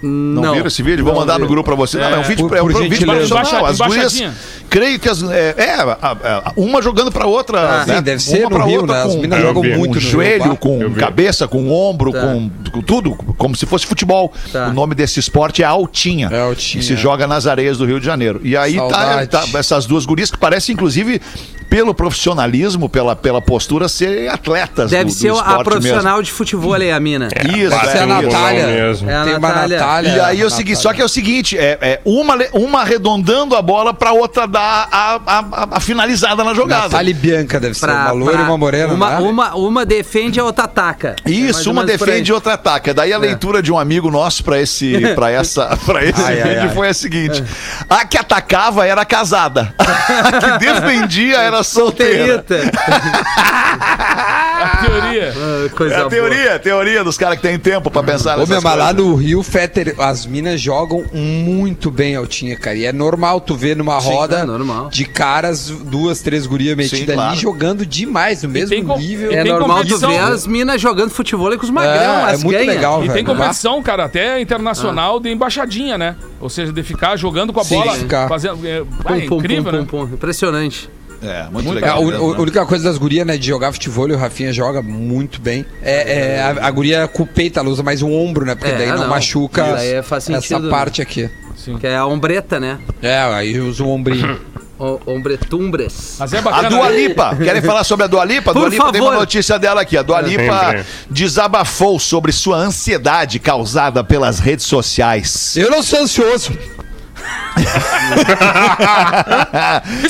[SPEAKER 3] Não, viram esse vídeo? Vou
[SPEAKER 7] Não
[SPEAKER 3] mandar no
[SPEAKER 7] vi.
[SPEAKER 3] grupo pra vocês. Não, é um vídeo,
[SPEAKER 4] Por-
[SPEAKER 3] é um
[SPEAKER 4] por
[SPEAKER 3] vídeo
[SPEAKER 4] gentileza.
[SPEAKER 3] profissional. As gurias,
[SPEAKER 5] Embaixadinha.
[SPEAKER 3] creio que as. É, é, a- a- uma jogando pra outra.
[SPEAKER 4] Ah, sim, deve ser no Rio, né? As minas
[SPEAKER 6] jogam
[SPEAKER 3] com
[SPEAKER 6] muito
[SPEAKER 3] Com
[SPEAKER 6] no
[SPEAKER 3] joelho,
[SPEAKER 4] bar.
[SPEAKER 3] com
[SPEAKER 6] Eu vi.
[SPEAKER 3] cabeça, com ombro,
[SPEAKER 7] Tá.
[SPEAKER 3] com, com tudo, como se fosse futebol.
[SPEAKER 7] Tá.
[SPEAKER 3] O nome desse esporte é altinha.
[SPEAKER 4] É altinha.
[SPEAKER 3] E se joga nas areias do Rio de Janeiro. E aí tá,
[SPEAKER 4] Saudade.
[SPEAKER 3] tá essas duas gurias que parecem, inclusive, pelo profissionalismo, pela, pela postura, ser atletas. do,
[SPEAKER 7] Deve ser
[SPEAKER 3] do
[SPEAKER 7] a
[SPEAKER 3] esporte
[SPEAKER 7] profissional de futebol aí, a mina.
[SPEAKER 3] Mesmo. Isso,
[SPEAKER 6] Quase
[SPEAKER 4] é a
[SPEAKER 6] um bolão
[SPEAKER 4] Natália.
[SPEAKER 6] mesmo.
[SPEAKER 7] É a
[SPEAKER 4] Tem uma
[SPEAKER 7] Natália.
[SPEAKER 4] Natália.
[SPEAKER 3] E aí é o seguinte, só que é o seguinte, é, é uma, le- uma arredondando a bola pra outra dar a, a- a- a finalizada na jogada.
[SPEAKER 4] Natália e Bianca deve ser. uma loira e uma morena.
[SPEAKER 7] Uma,
[SPEAKER 4] né?
[SPEAKER 7] uma, uma defende a outra ataca. É mais
[SPEAKER 3] Isso,
[SPEAKER 7] ou
[SPEAKER 3] uma
[SPEAKER 7] menos por
[SPEAKER 3] defende e
[SPEAKER 7] aí.
[SPEAKER 3] outra ataca. Daí a leitura de um amigo nosso pra esse, pra essa, pra esse
[SPEAKER 4] Ai, ai,
[SPEAKER 3] vídeo
[SPEAKER 4] ai.
[SPEAKER 3] foi a seguinte: a que atacava era casada, a que defendia era solteira.
[SPEAKER 7] Solteirita.
[SPEAKER 5] A teoria.
[SPEAKER 7] Ah,
[SPEAKER 3] É
[SPEAKER 7] Coisa
[SPEAKER 3] a
[SPEAKER 7] boa.
[SPEAKER 3] teoria, a teoria dos caras que tem tempo pra pensar
[SPEAKER 4] Ô, meu,
[SPEAKER 3] nessas
[SPEAKER 4] mas lá
[SPEAKER 3] coisas.
[SPEAKER 4] no Rio, Fetter, as minas jogam muito bem altinha, cara. E é normal tu ver numa roda
[SPEAKER 7] é normal.
[SPEAKER 4] de caras, duas, três gurias metidas
[SPEAKER 3] claro.
[SPEAKER 4] ali, jogando demais, no
[SPEAKER 5] tem
[SPEAKER 4] mesmo
[SPEAKER 5] com-
[SPEAKER 4] nível.
[SPEAKER 5] e
[SPEAKER 7] É
[SPEAKER 5] tem
[SPEAKER 7] normal tu
[SPEAKER 5] competição.
[SPEAKER 7] ver as minas jogando futebol aí com os magrão.
[SPEAKER 4] É, é
[SPEAKER 7] as
[SPEAKER 4] muito
[SPEAKER 7] ganha.
[SPEAKER 4] legal,
[SPEAKER 5] E
[SPEAKER 4] velho.
[SPEAKER 5] tem competição, cara, até internacional
[SPEAKER 7] Ah.
[SPEAKER 5] de embaixadinha, né? Ou seja, de ficar jogando com a
[SPEAKER 4] Sim,
[SPEAKER 5] bola.
[SPEAKER 4] ficar.
[SPEAKER 5] Fazendo, é, ah, é
[SPEAKER 7] Pum, pum,
[SPEAKER 5] incrível,
[SPEAKER 7] pum,
[SPEAKER 5] né?
[SPEAKER 7] pum, pum. Impressionante.
[SPEAKER 3] É, muito,
[SPEAKER 5] Muito-
[SPEAKER 3] legal.
[SPEAKER 4] A
[SPEAKER 3] mesmo,
[SPEAKER 4] u-
[SPEAKER 3] né?
[SPEAKER 4] a única coisa das gurias, né, de jogar futebol, o Rafinha joga muito bem. É, é, a, a guria com o peito, ela usa mais um ombro, né? Porque
[SPEAKER 7] É,
[SPEAKER 4] daí não,
[SPEAKER 7] não.
[SPEAKER 4] machuca
[SPEAKER 7] Isso aí faz
[SPEAKER 4] essa
[SPEAKER 7] sentido, né?
[SPEAKER 4] parte aqui.
[SPEAKER 7] Que é a ombreta, né?
[SPEAKER 4] É, aí usa o ombrinho.
[SPEAKER 7] O- Ombretumbres.
[SPEAKER 5] Mas é
[SPEAKER 3] A
[SPEAKER 5] bacana.
[SPEAKER 3] Dua
[SPEAKER 5] né?
[SPEAKER 3] Lipa, querem falar sobre a Dua Lipa? A Dua
[SPEAKER 7] Por
[SPEAKER 3] Lipa tem uma
[SPEAKER 7] favor.
[SPEAKER 3] notícia dela aqui. A Dua Lipa
[SPEAKER 6] Sempre.
[SPEAKER 3] desabafou sobre sua ansiedade causada pelas redes sociais.
[SPEAKER 4] Eu não sou ansioso.
[SPEAKER 5] aí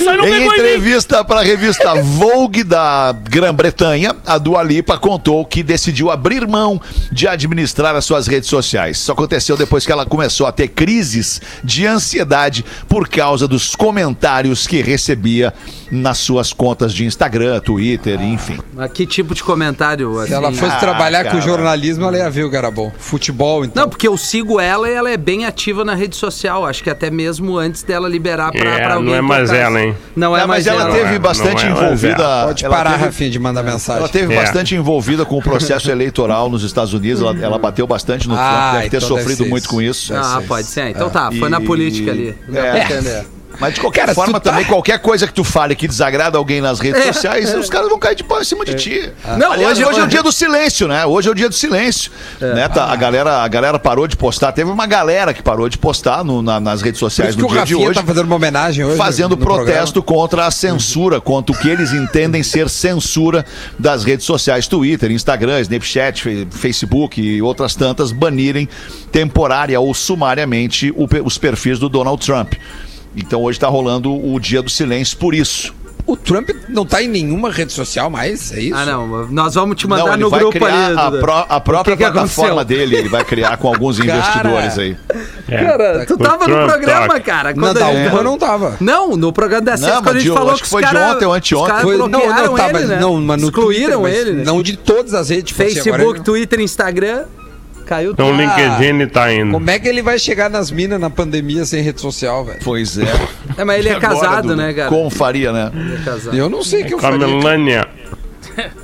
[SPEAKER 5] não
[SPEAKER 3] em
[SPEAKER 5] pegou em mim.
[SPEAKER 3] entrevista para a revista Vogue da Grã-Bretanha, a Dua Lipa contou que decidiu abrir mão de administrar as suas redes sociais. Isso aconteceu depois que ela começou a ter crises de ansiedade por causa dos comentários que recebia nas suas contas de Instagram, Twitter, enfim.
[SPEAKER 7] Mas que tipo de comentário?
[SPEAKER 4] Se
[SPEAKER 7] assim?
[SPEAKER 4] ela fosse
[SPEAKER 3] Ah,
[SPEAKER 4] trabalhar com
[SPEAKER 3] cara.
[SPEAKER 4] jornalismo, ela ia ver o cara bom. Futebol, então.
[SPEAKER 7] Não, porque eu sigo ela e ela é bem ativa na rede social. Acho que até mesmo antes dela liberar pra,
[SPEAKER 6] É,
[SPEAKER 7] pra alguém.
[SPEAKER 6] não é mais
[SPEAKER 7] tocar.
[SPEAKER 6] ela, hein?
[SPEAKER 7] Não é
[SPEAKER 3] Ah,
[SPEAKER 7] mais
[SPEAKER 3] mas ela,
[SPEAKER 7] ela.
[SPEAKER 3] teve
[SPEAKER 5] né?
[SPEAKER 6] é,
[SPEAKER 3] bastante
[SPEAKER 6] não é, mas
[SPEAKER 3] envolvida.
[SPEAKER 4] Pode
[SPEAKER 3] ela
[SPEAKER 4] parar,
[SPEAKER 3] teve-
[SPEAKER 4] Rafinha, de mandar mensagem.
[SPEAKER 3] Ela teve
[SPEAKER 6] É.
[SPEAKER 3] bastante envolvida com o processo eleitoral nos Estados Unidos. Ela, ela bateu bastante no
[SPEAKER 4] Ah,
[SPEAKER 3] Trump, deve ter
[SPEAKER 4] então deve
[SPEAKER 3] sofrido
[SPEAKER 4] ser
[SPEAKER 3] muito
[SPEAKER 4] isso. É.
[SPEAKER 3] com isso.
[SPEAKER 7] Ah, pode ser. Então tá, foi
[SPEAKER 3] É. E-
[SPEAKER 7] na política ali. Dá
[SPEAKER 3] É.
[SPEAKER 7] pra entender.
[SPEAKER 3] Mas de qualquer
[SPEAKER 4] Cara, se
[SPEAKER 3] forma,
[SPEAKER 4] tu tá-
[SPEAKER 3] também qualquer coisa que tu fale que desagrada alguém nas redes
[SPEAKER 7] É.
[SPEAKER 3] sociais, os caras vão cair de pau em cima de ti.
[SPEAKER 7] Não,
[SPEAKER 3] Aliás, hoje,
[SPEAKER 7] hoje- É.
[SPEAKER 3] é o dia do silêncio, né? Hoje é o dia do silêncio. Né? Tá, a, galera, a galera parou de postar. Teve uma galera que parou de postar no- na- nas redes
[SPEAKER 4] Por
[SPEAKER 3] sociais
[SPEAKER 4] isso que
[SPEAKER 3] no
[SPEAKER 4] o
[SPEAKER 3] dia de
[SPEAKER 4] Rafinha
[SPEAKER 3] hoje
[SPEAKER 4] tá fazendo uma homenagem hoje.
[SPEAKER 3] fazendo
[SPEAKER 4] no programa.
[SPEAKER 3] protesto contra a censura, contra o que eles entendem ser censura das redes sociais, Twitter, Instagram, Snapchat, Fe- Facebook e outras tantas, banirem temporária ou sumariamente o pe- os perfis do Donald Trump. Então hoje está rolando o dia do silêncio por isso.
[SPEAKER 4] O Trump não tá em nenhuma rede social mais, é isso?
[SPEAKER 7] Ah, não. Nós vamos te mandar
[SPEAKER 3] Não, ele
[SPEAKER 7] no
[SPEAKER 3] vai
[SPEAKER 7] grupo
[SPEAKER 3] criar
[SPEAKER 7] ali.
[SPEAKER 3] a,
[SPEAKER 7] Duda.
[SPEAKER 3] pró- a própria
[SPEAKER 7] O que que
[SPEAKER 3] plataforma
[SPEAKER 7] aconteceu?
[SPEAKER 3] dele, ele vai criar com alguns investidores aí.
[SPEAKER 6] É.
[SPEAKER 7] Cara, tu
[SPEAKER 6] O
[SPEAKER 7] tava no
[SPEAKER 6] Trump
[SPEAKER 7] programa,
[SPEAKER 6] toca.
[SPEAKER 7] cara.
[SPEAKER 4] Na
[SPEAKER 7] Quando
[SPEAKER 4] da
[SPEAKER 7] a gente-
[SPEAKER 4] Uber não tava.
[SPEAKER 7] Não, no programa
[SPEAKER 3] um-
[SPEAKER 7] da
[SPEAKER 3] Não,
[SPEAKER 7] SESC, quando a
[SPEAKER 3] mas
[SPEAKER 7] gente
[SPEAKER 3] de-
[SPEAKER 7] falou
[SPEAKER 3] acho
[SPEAKER 7] que
[SPEAKER 3] que
[SPEAKER 7] os
[SPEAKER 3] foi de
[SPEAKER 7] caras...
[SPEAKER 3] ontem ou anteontem.
[SPEAKER 7] Os caras
[SPEAKER 4] Foi-
[SPEAKER 7] Ah, bloquearam
[SPEAKER 4] tá,
[SPEAKER 7] ele,
[SPEAKER 4] mas
[SPEAKER 7] né?
[SPEAKER 4] não, mas no Twitter,
[SPEAKER 7] Excluíram
[SPEAKER 4] mas
[SPEAKER 7] ele, né?
[SPEAKER 4] Não de todas as redes. tipo assim, agora
[SPEAKER 7] Facebook, tá-
[SPEAKER 4] ele-
[SPEAKER 7] Twitter, Instagram. Caiu
[SPEAKER 6] Então o
[SPEAKER 7] tudo.
[SPEAKER 6] LinkedIn tá indo.
[SPEAKER 4] Como é que ele vai chegar nas minas na pandemia sem rede social, velho?
[SPEAKER 3] Pois é.
[SPEAKER 7] É, mas ele é
[SPEAKER 3] Agora,
[SPEAKER 7] casado,
[SPEAKER 3] Duda,
[SPEAKER 7] né, cara?
[SPEAKER 3] Como faria, né?
[SPEAKER 7] Ele é casado.
[SPEAKER 4] Eu não sei o que eu
[SPEAKER 6] Com a
[SPEAKER 4] faria. cara.
[SPEAKER 6] Melania.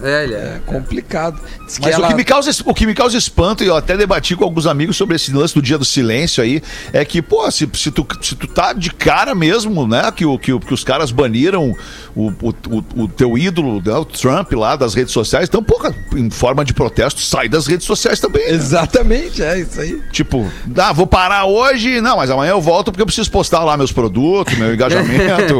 [SPEAKER 7] É, ele é.
[SPEAKER 4] É complicado. Diz que
[SPEAKER 3] Mas
[SPEAKER 4] ela-
[SPEAKER 3] o, que me causa, o que me causa espanto, e eu até debati com alguns amigos sobre esse lance do dia do silêncio aí, é que, pô, se, se tu, se tu tá de cara mesmo, né, que, o, que, o- que os caras baniram o, o, o- o teu ídolo, né, o Trump lá das redes sociais, então, pô, em forma de protesto, sai das redes sociais também. né?
[SPEAKER 4] Exatamente, é isso aí.
[SPEAKER 3] Tipo, ah, vou parar hoje, não, mas amanhã eu volto porque eu preciso postar lá meus produtos, meu engajamento,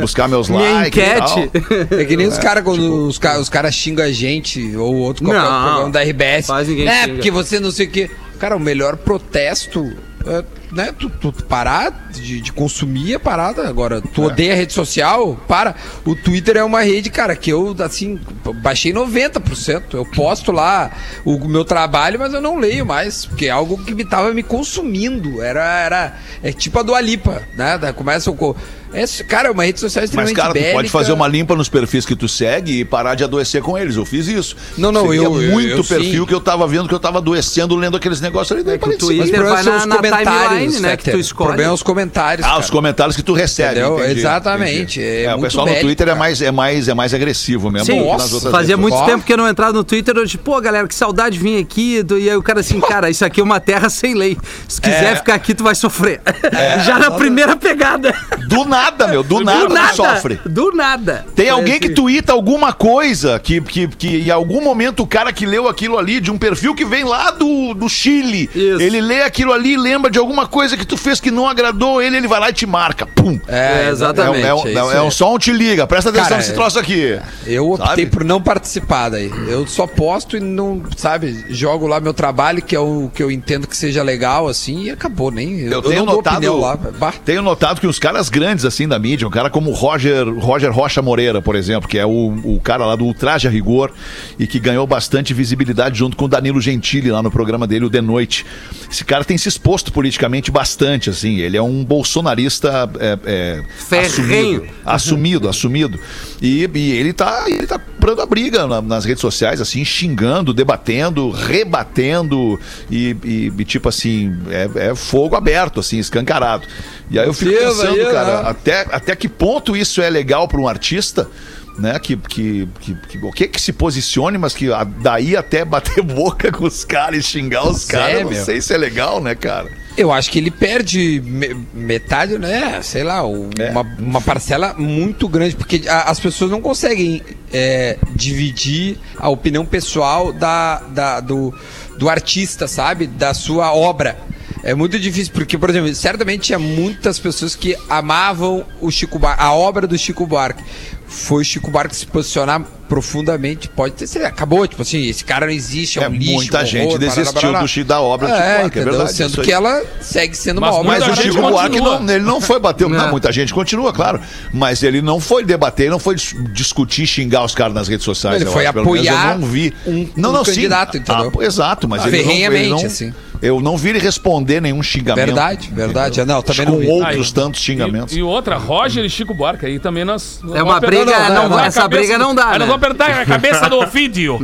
[SPEAKER 3] buscar meus
[SPEAKER 7] Minha
[SPEAKER 3] likes. e tal. tipo-
[SPEAKER 7] enquete.
[SPEAKER 4] É que nem os caras quando os, ca os caras xingam a gente ou outro qualquer
[SPEAKER 7] Não.
[SPEAKER 4] programa da RBS.
[SPEAKER 7] Quase ninguém
[SPEAKER 4] é,
[SPEAKER 7] xinga.
[SPEAKER 4] porque você não sei o quê. Cara, o melhor protesto eh, né, tu, tu parar de, de consumir a parada. Agora, tu
[SPEAKER 3] É.
[SPEAKER 4] odeia a rede social? Para. O Twitter é uma rede, cara, que eu, assim, baixei 90%. Eu posto lá o meu trabalho, mas eu não leio mais, porque é algo que me tava me consumindo. Era, era é tipo a do Alipa, né? Da- Começa o... co- É, cara, é uma rede social
[SPEAKER 3] Mas,
[SPEAKER 4] extremamente
[SPEAKER 3] cara, tu pode
[SPEAKER 4] bélica.
[SPEAKER 3] fazer uma limpa nos perfis que tu segue e parar de adoecer com eles. Eu fiz isso.
[SPEAKER 4] Não, não,
[SPEAKER 3] Seguia
[SPEAKER 4] eu- eu-
[SPEAKER 3] muito
[SPEAKER 4] eu
[SPEAKER 3] perfil
[SPEAKER 4] sim.
[SPEAKER 3] que eu tava vendo que eu tava adoecendo lendo aqueles negócios ali. Daí
[SPEAKER 4] É que o
[SPEAKER 3] parei de seguir.
[SPEAKER 4] Twitter
[SPEAKER 7] Mas
[SPEAKER 4] vai
[SPEAKER 7] o problema
[SPEAKER 4] na,
[SPEAKER 7] são os
[SPEAKER 4] na
[SPEAKER 7] comentários,
[SPEAKER 4] timeline, né?
[SPEAKER 7] Fetter.
[SPEAKER 4] Que tu escolhe.
[SPEAKER 7] O problema é
[SPEAKER 4] os comentários.
[SPEAKER 3] Ah, os comentários que tu recebe.
[SPEAKER 4] Entendeu?
[SPEAKER 3] entendi,
[SPEAKER 4] Exatamente,
[SPEAKER 3] entendi.
[SPEAKER 4] é
[SPEAKER 3] o
[SPEAKER 4] muito
[SPEAKER 3] pessoal no
[SPEAKER 4] bélico,
[SPEAKER 3] Twitter é
[SPEAKER 4] cara.
[SPEAKER 3] mais, é, mais, é mais agressivo mesmo.
[SPEAKER 7] Sim,
[SPEAKER 3] do que nas
[SPEAKER 4] nossa,
[SPEAKER 3] outras
[SPEAKER 7] Fazia
[SPEAKER 3] redes
[SPEAKER 7] muito
[SPEAKER 4] Ó.
[SPEAKER 7] tempo que eu não entrava no Twitter. Eu disse, pô, galera, que saudade de vir aqui. do- E aí o cara assim, cara, isso aqui é uma terra sem lei. Se quiser
[SPEAKER 3] É.
[SPEAKER 7] ficar aqui, tu vai sofrer. Já na primeira pegada.
[SPEAKER 3] Do nada, meu. Do, É, nada,
[SPEAKER 7] Do
[SPEAKER 3] tu
[SPEAKER 7] nada.
[SPEAKER 3] sofre.
[SPEAKER 7] Do nada.
[SPEAKER 3] Tem alguém que
[SPEAKER 7] Parece-
[SPEAKER 3] tuita alguma coisa que, que, que em algum momento o cara que leu aquilo ali, de um perfil que vem lá do, do Chile,
[SPEAKER 7] Isso.
[SPEAKER 3] ele lê aquilo ali e lembra de alguma coisa que tu fez que não agradou ele, ele vai lá e te marca. Pum!
[SPEAKER 7] É, exatamente.
[SPEAKER 3] É, um- é um-
[SPEAKER 4] isso
[SPEAKER 3] é um
[SPEAKER 4] aí.
[SPEAKER 3] só um te liga, presta atenção
[SPEAKER 4] Cara,
[SPEAKER 3] nesse
[SPEAKER 4] é-
[SPEAKER 3] troço aqui.
[SPEAKER 4] Eu optei
[SPEAKER 3] Sabe?
[SPEAKER 4] por não participar daí. Eu só posto e não, sabe, jogo lá meu trabalho, que é o que eu entendo que seja legal, assim, e acabou, nem.
[SPEAKER 3] Eu, tenho
[SPEAKER 4] não dou
[SPEAKER 3] notado,
[SPEAKER 4] opinião lá. Bah.
[SPEAKER 3] tenho notado que os caras grandes assim da mídia, um cara como o Roger, Roger Rocha Moreira, por exemplo, que é o, o cara lá do Ultraje a Rigor e que ganhou bastante visibilidade junto com o Danilo Gentili lá no programa dele, o De Noite. Esse cara tem se exposto politicamente bastante, assim. Ele é um bolsonarista é, é,
[SPEAKER 7] Ferrenho.
[SPEAKER 3] assumido, assumido, assumido. E, e ele tá, ele tá comprando a briga na- nas redes sociais, assim, xingando, debatendo, rebatendo e, e- e, tipo assim, é, é fogo aberto, assim, escancarado. E aí eu fico
[SPEAKER 4] Silva,
[SPEAKER 3] pensando,
[SPEAKER 4] aí,
[SPEAKER 3] cara,
[SPEAKER 4] né?
[SPEAKER 3] até, até que ponto isso é legal para um artista? Né, que, que, que, que, o que que se posicione, mas que a- daí até bater boca com os caras e xingar os caras, eu não
[SPEAKER 4] meu.
[SPEAKER 3] sei se é legal, né, cara?
[SPEAKER 4] Eu acho que ele perde me- metade, né? Sei lá, o-
[SPEAKER 3] É.
[SPEAKER 4] uma, uma parcela muito grande, porque a- as pessoas não conseguem é, dividir a opinião pessoal da, da- do, do artista, sabe? Da sua obra. É muito difícil, porque, por exemplo, certamente tinha muitas pessoas que amavam o Chico Bar a obra do Chico Buarque. Foi o Chico Buarque se posicionar profundamente, pode ter, sei lá, acabou, tipo assim, esse cara não existe, é um
[SPEAKER 3] É,
[SPEAKER 4] lixo,
[SPEAKER 3] muita
[SPEAKER 4] um
[SPEAKER 3] gente
[SPEAKER 4] horror, barará,
[SPEAKER 3] desistiu
[SPEAKER 4] barará.
[SPEAKER 3] do Chico- da obra do Chico
[SPEAKER 4] é,
[SPEAKER 3] Buarque, é
[SPEAKER 4] entendeu?
[SPEAKER 3] verdade, isso
[SPEAKER 4] Sendo
[SPEAKER 3] aí.
[SPEAKER 4] que ela segue sendo
[SPEAKER 5] Mas
[SPEAKER 4] uma obra.
[SPEAKER 3] Mas
[SPEAKER 5] Muita
[SPEAKER 3] o
[SPEAKER 5] gente
[SPEAKER 3] Chico Buarque
[SPEAKER 5] continua.
[SPEAKER 3] não, ele não foi bater.
[SPEAKER 7] Não.
[SPEAKER 3] Não, muita gente continua, claro. Mas ele não foi debater, não foi dis- discutir, xingar os caras nas redes sociais.
[SPEAKER 4] Ele
[SPEAKER 3] eu
[SPEAKER 4] foi
[SPEAKER 3] acho, pelo menos
[SPEAKER 4] apoiar
[SPEAKER 3] Eu não vi.
[SPEAKER 4] um-
[SPEAKER 3] não,
[SPEAKER 4] um
[SPEAKER 3] não, sim.
[SPEAKER 4] candidato, entendeu?
[SPEAKER 3] Ah, exato, mas
[SPEAKER 4] Ah,
[SPEAKER 3] ele não, ele
[SPEAKER 4] ferrenhamente,
[SPEAKER 3] não
[SPEAKER 4] assim.
[SPEAKER 3] Eu não vi ele responder nenhum xingamento.
[SPEAKER 4] Verdade, verdade. É, Não, também não
[SPEAKER 3] com
[SPEAKER 4] vi.
[SPEAKER 3] outros
[SPEAKER 5] Ah, e-
[SPEAKER 3] tantos xingamentos.
[SPEAKER 5] E, e outra, Roger e Chico Buarque. Aí também nós.
[SPEAKER 7] É uma briga,
[SPEAKER 4] não, não,
[SPEAKER 7] não,
[SPEAKER 4] não,
[SPEAKER 7] essa briga não dá.
[SPEAKER 5] Aí
[SPEAKER 7] Né?
[SPEAKER 5] nós vamos Ah, apertar a cabeça do Ofídio.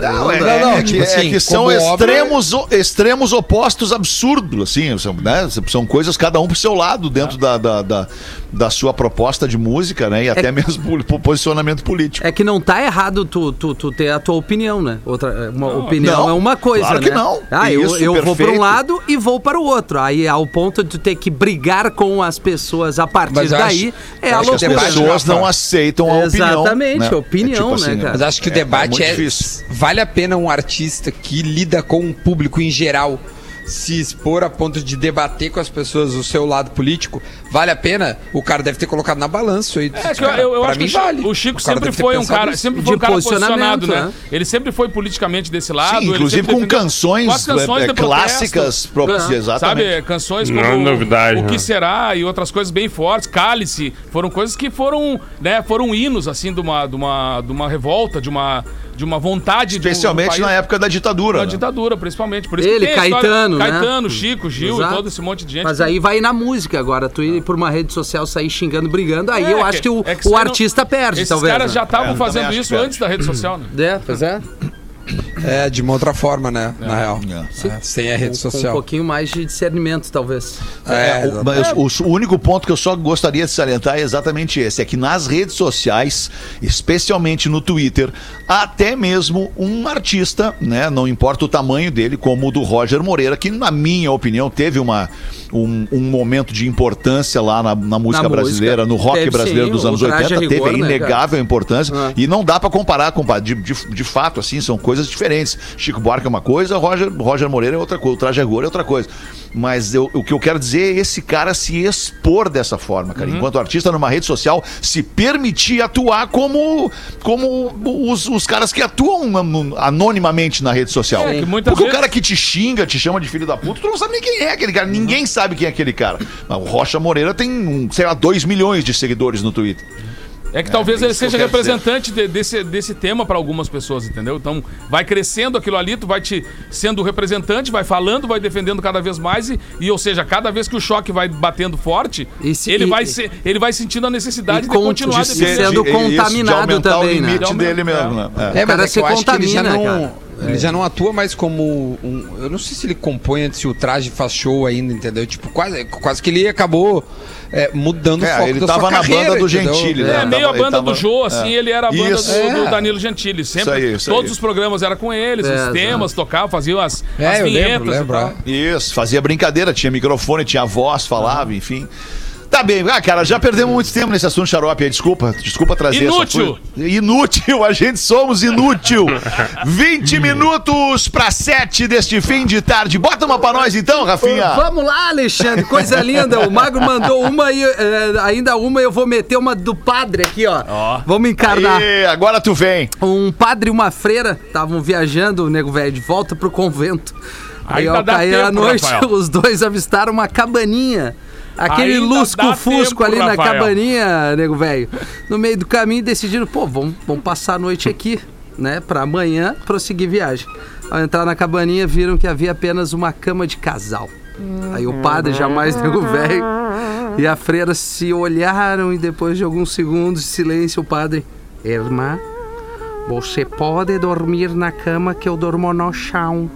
[SPEAKER 3] Não, é,
[SPEAKER 4] não,
[SPEAKER 3] é que-
[SPEAKER 4] tipo
[SPEAKER 3] é
[SPEAKER 4] assim,
[SPEAKER 3] que são
[SPEAKER 4] como obra-
[SPEAKER 3] extremos, o- extremos opostos absurdos, assim, são, né, são coisas cada um pro seu lado dentro da, da, da, da sua proposta de música, né? E
[SPEAKER 4] É
[SPEAKER 3] até mesmo pol- po- posicionamento político.
[SPEAKER 7] É que não tá errado tu, tu, tu ter a tua opinião, né? Outra, uma opinião
[SPEAKER 3] não,
[SPEAKER 7] é uma coisa,
[SPEAKER 3] claro
[SPEAKER 7] né?
[SPEAKER 3] que não.
[SPEAKER 7] Ah, eu,
[SPEAKER 3] Isso,
[SPEAKER 7] eu vou para um
[SPEAKER 3] perfeito.
[SPEAKER 7] lado e vou para o outro. Aí, ao ponto de tu ter que brigar com as pessoas a partir
[SPEAKER 4] Mas eu acho-
[SPEAKER 7] daí, é
[SPEAKER 4] eu
[SPEAKER 7] a
[SPEAKER 4] acho
[SPEAKER 3] Acho que as
[SPEAKER 7] loucura.
[SPEAKER 4] debate
[SPEAKER 3] pessoas
[SPEAKER 4] Rafa.
[SPEAKER 3] não aceitam a opinião.
[SPEAKER 7] Exatamente,
[SPEAKER 3] né?
[SPEAKER 7] a opinião, né, cara?
[SPEAKER 4] Mas acho que o
[SPEAKER 3] É,
[SPEAKER 4] debate
[SPEAKER 3] é
[SPEAKER 4] é,
[SPEAKER 3] muito difícil.
[SPEAKER 4] Vale a pena um artista que lida com um público em geral se expor a ponto de debater com as pessoas o seu lado político? Vale a pena? O cara deve ter colocado na balança aí.
[SPEAKER 5] É que eu, eu- eu acho que o Chico- o Chico
[SPEAKER 4] cara
[SPEAKER 5] sempre
[SPEAKER 4] deve ter
[SPEAKER 5] foi um
[SPEAKER 4] pensado
[SPEAKER 5] cara,
[SPEAKER 4] nisso.
[SPEAKER 5] sempre foi um
[SPEAKER 7] De
[SPEAKER 5] cara
[SPEAKER 7] posicionamento,
[SPEAKER 5] posicionado, né?
[SPEAKER 7] né?
[SPEAKER 5] Ele sempre foi politicamente desse
[SPEAKER 3] Ah,
[SPEAKER 5] lado. ele
[SPEAKER 3] inclusive
[SPEAKER 5] sempre
[SPEAKER 3] com
[SPEAKER 5] defendeu-
[SPEAKER 3] canções,
[SPEAKER 5] com as
[SPEAKER 3] é, é,
[SPEAKER 5] de protesto,
[SPEAKER 3] clássicas
[SPEAKER 7] Ah.
[SPEAKER 3] próprias, exatamente.
[SPEAKER 5] Sabe, canções
[SPEAKER 6] Não
[SPEAKER 5] como
[SPEAKER 6] é novidade,
[SPEAKER 5] O
[SPEAKER 6] né?
[SPEAKER 5] Que Será e outras coisas bem fortes, Cálice, foram coisas que foram, né, foram hinos, assim, de uma, de uma, de uma revolta, de uma, de uma vontade de um- do
[SPEAKER 3] Especialmente
[SPEAKER 5] país.
[SPEAKER 3] na época da ditadura.
[SPEAKER 5] Da
[SPEAKER 3] né?
[SPEAKER 5] ditadura, principalmente. Por
[SPEAKER 7] Ele,
[SPEAKER 5] tem a história-
[SPEAKER 7] Caetano, né?
[SPEAKER 5] Caetano, Chico, Gil
[SPEAKER 7] Exato.
[SPEAKER 5] e todo esse monte de gente.
[SPEAKER 7] Mas aí vai na música agora, tu ir por uma rede social sair xingando, brigando, aí
[SPEAKER 5] É,
[SPEAKER 7] eu acho que o,
[SPEAKER 5] é que
[SPEAKER 7] o
[SPEAKER 5] você não-
[SPEAKER 7] artista perde,
[SPEAKER 5] Esses
[SPEAKER 7] talvez.
[SPEAKER 5] caras
[SPEAKER 7] né?
[SPEAKER 5] já
[SPEAKER 3] É,
[SPEAKER 5] estavam
[SPEAKER 3] eu também
[SPEAKER 5] fazendo
[SPEAKER 3] acho
[SPEAKER 5] isso
[SPEAKER 3] que perde.
[SPEAKER 5] antes da rede social, né?
[SPEAKER 7] É, pois é.
[SPEAKER 4] É, de uma outra forma, né? Na real. É, Sem a rede
[SPEAKER 7] Com um
[SPEAKER 4] social.
[SPEAKER 7] pouquinho mais de discernimento, talvez.
[SPEAKER 3] É, o, mas
[SPEAKER 4] exatamente.
[SPEAKER 3] o, o único ponto que eu só gostaria de salientar é exatamente esse: é que nas redes sociais, especialmente no Twitter, até mesmo um artista, né, não importa o tamanho dele, como o do Roger Moreira, que na minha opinião teve uma, um, um momento de importância lá na, na música
[SPEAKER 7] música.
[SPEAKER 3] brasileira, no rock
[SPEAKER 7] Teve,
[SPEAKER 3] brasileiro
[SPEAKER 7] sim,
[SPEAKER 3] dos
[SPEAKER 7] o
[SPEAKER 3] anos
[SPEAKER 7] Traje a
[SPEAKER 3] 80, teve
[SPEAKER 7] Rigor,
[SPEAKER 3] a
[SPEAKER 7] né, cara?
[SPEAKER 5] É.
[SPEAKER 3] inegável importância.
[SPEAKER 7] Ah.
[SPEAKER 3] E não dá pra comparar, compadre, de, de, de fato, assim, são coisas diferentes. Chico Buarque é uma coisa, Roger, Roger Moreira é outra coisa, o Traje a Rigor é outra coisa. Mas eu- o que eu quero dizer é esse cara se expor dessa forma,
[SPEAKER 5] Uhum.
[SPEAKER 3] cara. Enquanto artista numa rede social, se permitir atuar como, como os, os caras que atuam an- anonimamente na rede social.
[SPEAKER 5] É, que muitas
[SPEAKER 3] Porque o
[SPEAKER 5] vezes-
[SPEAKER 3] cara que te xinga, te chama de filho da puta, tu não sabe nem quem é aquele cara. Ninguém sabe quem é aquele cara. Mas o Rocha Moreira tem, um, sei lá, 2 milhões de seguidores no Twitter.
[SPEAKER 5] É que talvez
[SPEAKER 3] é
[SPEAKER 5] ele
[SPEAKER 3] isso que eu
[SPEAKER 5] seja
[SPEAKER 3] quero
[SPEAKER 5] representante de- desse, desse tema para algumas pessoas, entendeu? Então, vai crescendo aquilo ali, tu vai te sendo o representante, vai falando, vai defendendo cada vez mais e, e, ou seja, cada vez que o choque vai batendo forte,
[SPEAKER 7] E se-
[SPEAKER 5] ele
[SPEAKER 7] e-
[SPEAKER 5] vai se- ele vai sentindo a necessidade de
[SPEAKER 7] e com-
[SPEAKER 5] continuar
[SPEAKER 7] de
[SPEAKER 3] De-
[SPEAKER 7] ser- sendo
[SPEAKER 3] de- isso, de
[SPEAKER 7] contaminado
[SPEAKER 3] aumentar
[SPEAKER 7] também,
[SPEAKER 3] o
[SPEAKER 7] né?
[SPEAKER 3] limite
[SPEAKER 5] De
[SPEAKER 3] dele
[SPEAKER 5] aumentar,
[SPEAKER 3] mesmo, né? É.
[SPEAKER 7] O cara
[SPEAKER 4] mas
[SPEAKER 7] se
[SPEAKER 4] eu acho que ele já
[SPEAKER 7] contamina, É.
[SPEAKER 4] não, ele já não atua mais como um. Eu não sei se ele compõe antes se o traje faz show ainda, entendeu? Tipo, quase, quase que ele acabou é, mudando
[SPEAKER 3] É,
[SPEAKER 4] o foco
[SPEAKER 3] ele
[SPEAKER 4] da sua
[SPEAKER 3] tava na
[SPEAKER 4] carreira,
[SPEAKER 3] banda do
[SPEAKER 4] entendeu?
[SPEAKER 3] Gentili, né?
[SPEAKER 5] É,
[SPEAKER 3] Ele tava-
[SPEAKER 5] meio a banda
[SPEAKER 3] ele tava-
[SPEAKER 5] do Jô, assim,
[SPEAKER 3] é.
[SPEAKER 5] ele era a banda
[SPEAKER 3] Isso.
[SPEAKER 5] do, do
[SPEAKER 4] É.
[SPEAKER 5] Danilo Gentili. Sempre,
[SPEAKER 3] Isso aí, isso
[SPEAKER 5] todos
[SPEAKER 3] aí.
[SPEAKER 5] os programas eram com eles,
[SPEAKER 7] É,
[SPEAKER 5] os temas, tocavam, faziam as, as
[SPEAKER 4] É, eu
[SPEAKER 5] vinhetas
[SPEAKER 4] lembro, lembro.
[SPEAKER 5] e tal.
[SPEAKER 4] é.
[SPEAKER 3] Isso, fazia brincadeira, tinha microfone, tinha voz, falava, enfim. Tá bem, ah, cara, já perdemos muito tempo nesse assunto, xarope. aí, Desculpa, desculpa trazer
[SPEAKER 5] Inútil.
[SPEAKER 3] essa coisa. Inútil, a gente somos inútil. 20 minutos pra 7 deste fim de tarde. Bota uma pra nós então, Rafinha.
[SPEAKER 7] Vamos lá, Alexandre, coisa linda. O Magro mandou uma e eh, ainda uma eu vou meter uma do padre aqui, ó. Vamos encarnar.
[SPEAKER 3] E agora tu vem.
[SPEAKER 7] Um padre e uma freira estavam viajando, o nego velho, de volta pro convento. Aí,
[SPEAKER 5] Ainda
[SPEAKER 7] ao
[SPEAKER 5] dá
[SPEAKER 7] cair a
[SPEAKER 5] tempo,
[SPEAKER 7] noite,
[SPEAKER 5] Rafael.
[SPEAKER 7] os dois avistaram uma cabaninha. Aquele
[SPEAKER 5] Ainda dá tempo,
[SPEAKER 7] lusco-fusco ali na
[SPEAKER 5] Rafael.
[SPEAKER 7] cabaninha, nego velho. No meio do caminho decidiram, pô, vamos, vamos passar a noite aqui, né? Pra amanhã prosseguir viagem. Ao entrar na cabaninha, viram que havia apenas uma cama de casal. Aí o padre, jamais nego velho, e a freira se olharam e depois de alguns segundos de silêncio, o padre, irmã, você pode dormir na cama que eu dormo no chão.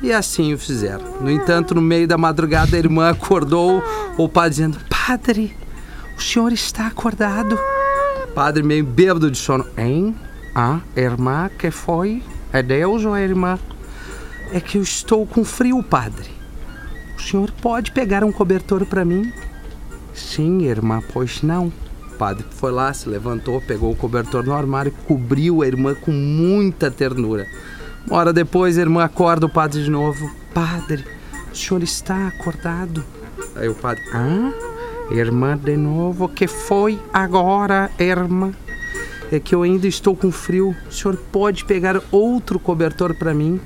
[SPEAKER 7] E assim o fizeram. No entanto, no meio da madrugada, a irmã acordou o padre dizendo: Padre, o senhor está acordado? Padre meio bêbado de sono. Hein? Ah, irmã, que foi? É Deus ou é irmã? É que eu estou com frio, padre. O senhor pode pegar um cobertor para mim? Sim, irmã, pois não. O padre foi lá, se levantou, pegou o cobertor no armário, cobriu a irmã com muita ternura. Uma hora depois, a irmã acorda o padre de novo. Padre, o senhor está acordado? Aí o padre, ah, irmã de novo, que foi agora, irmã? É que eu ainda estou com frio. O senhor pode pegar outro cobertor para mim?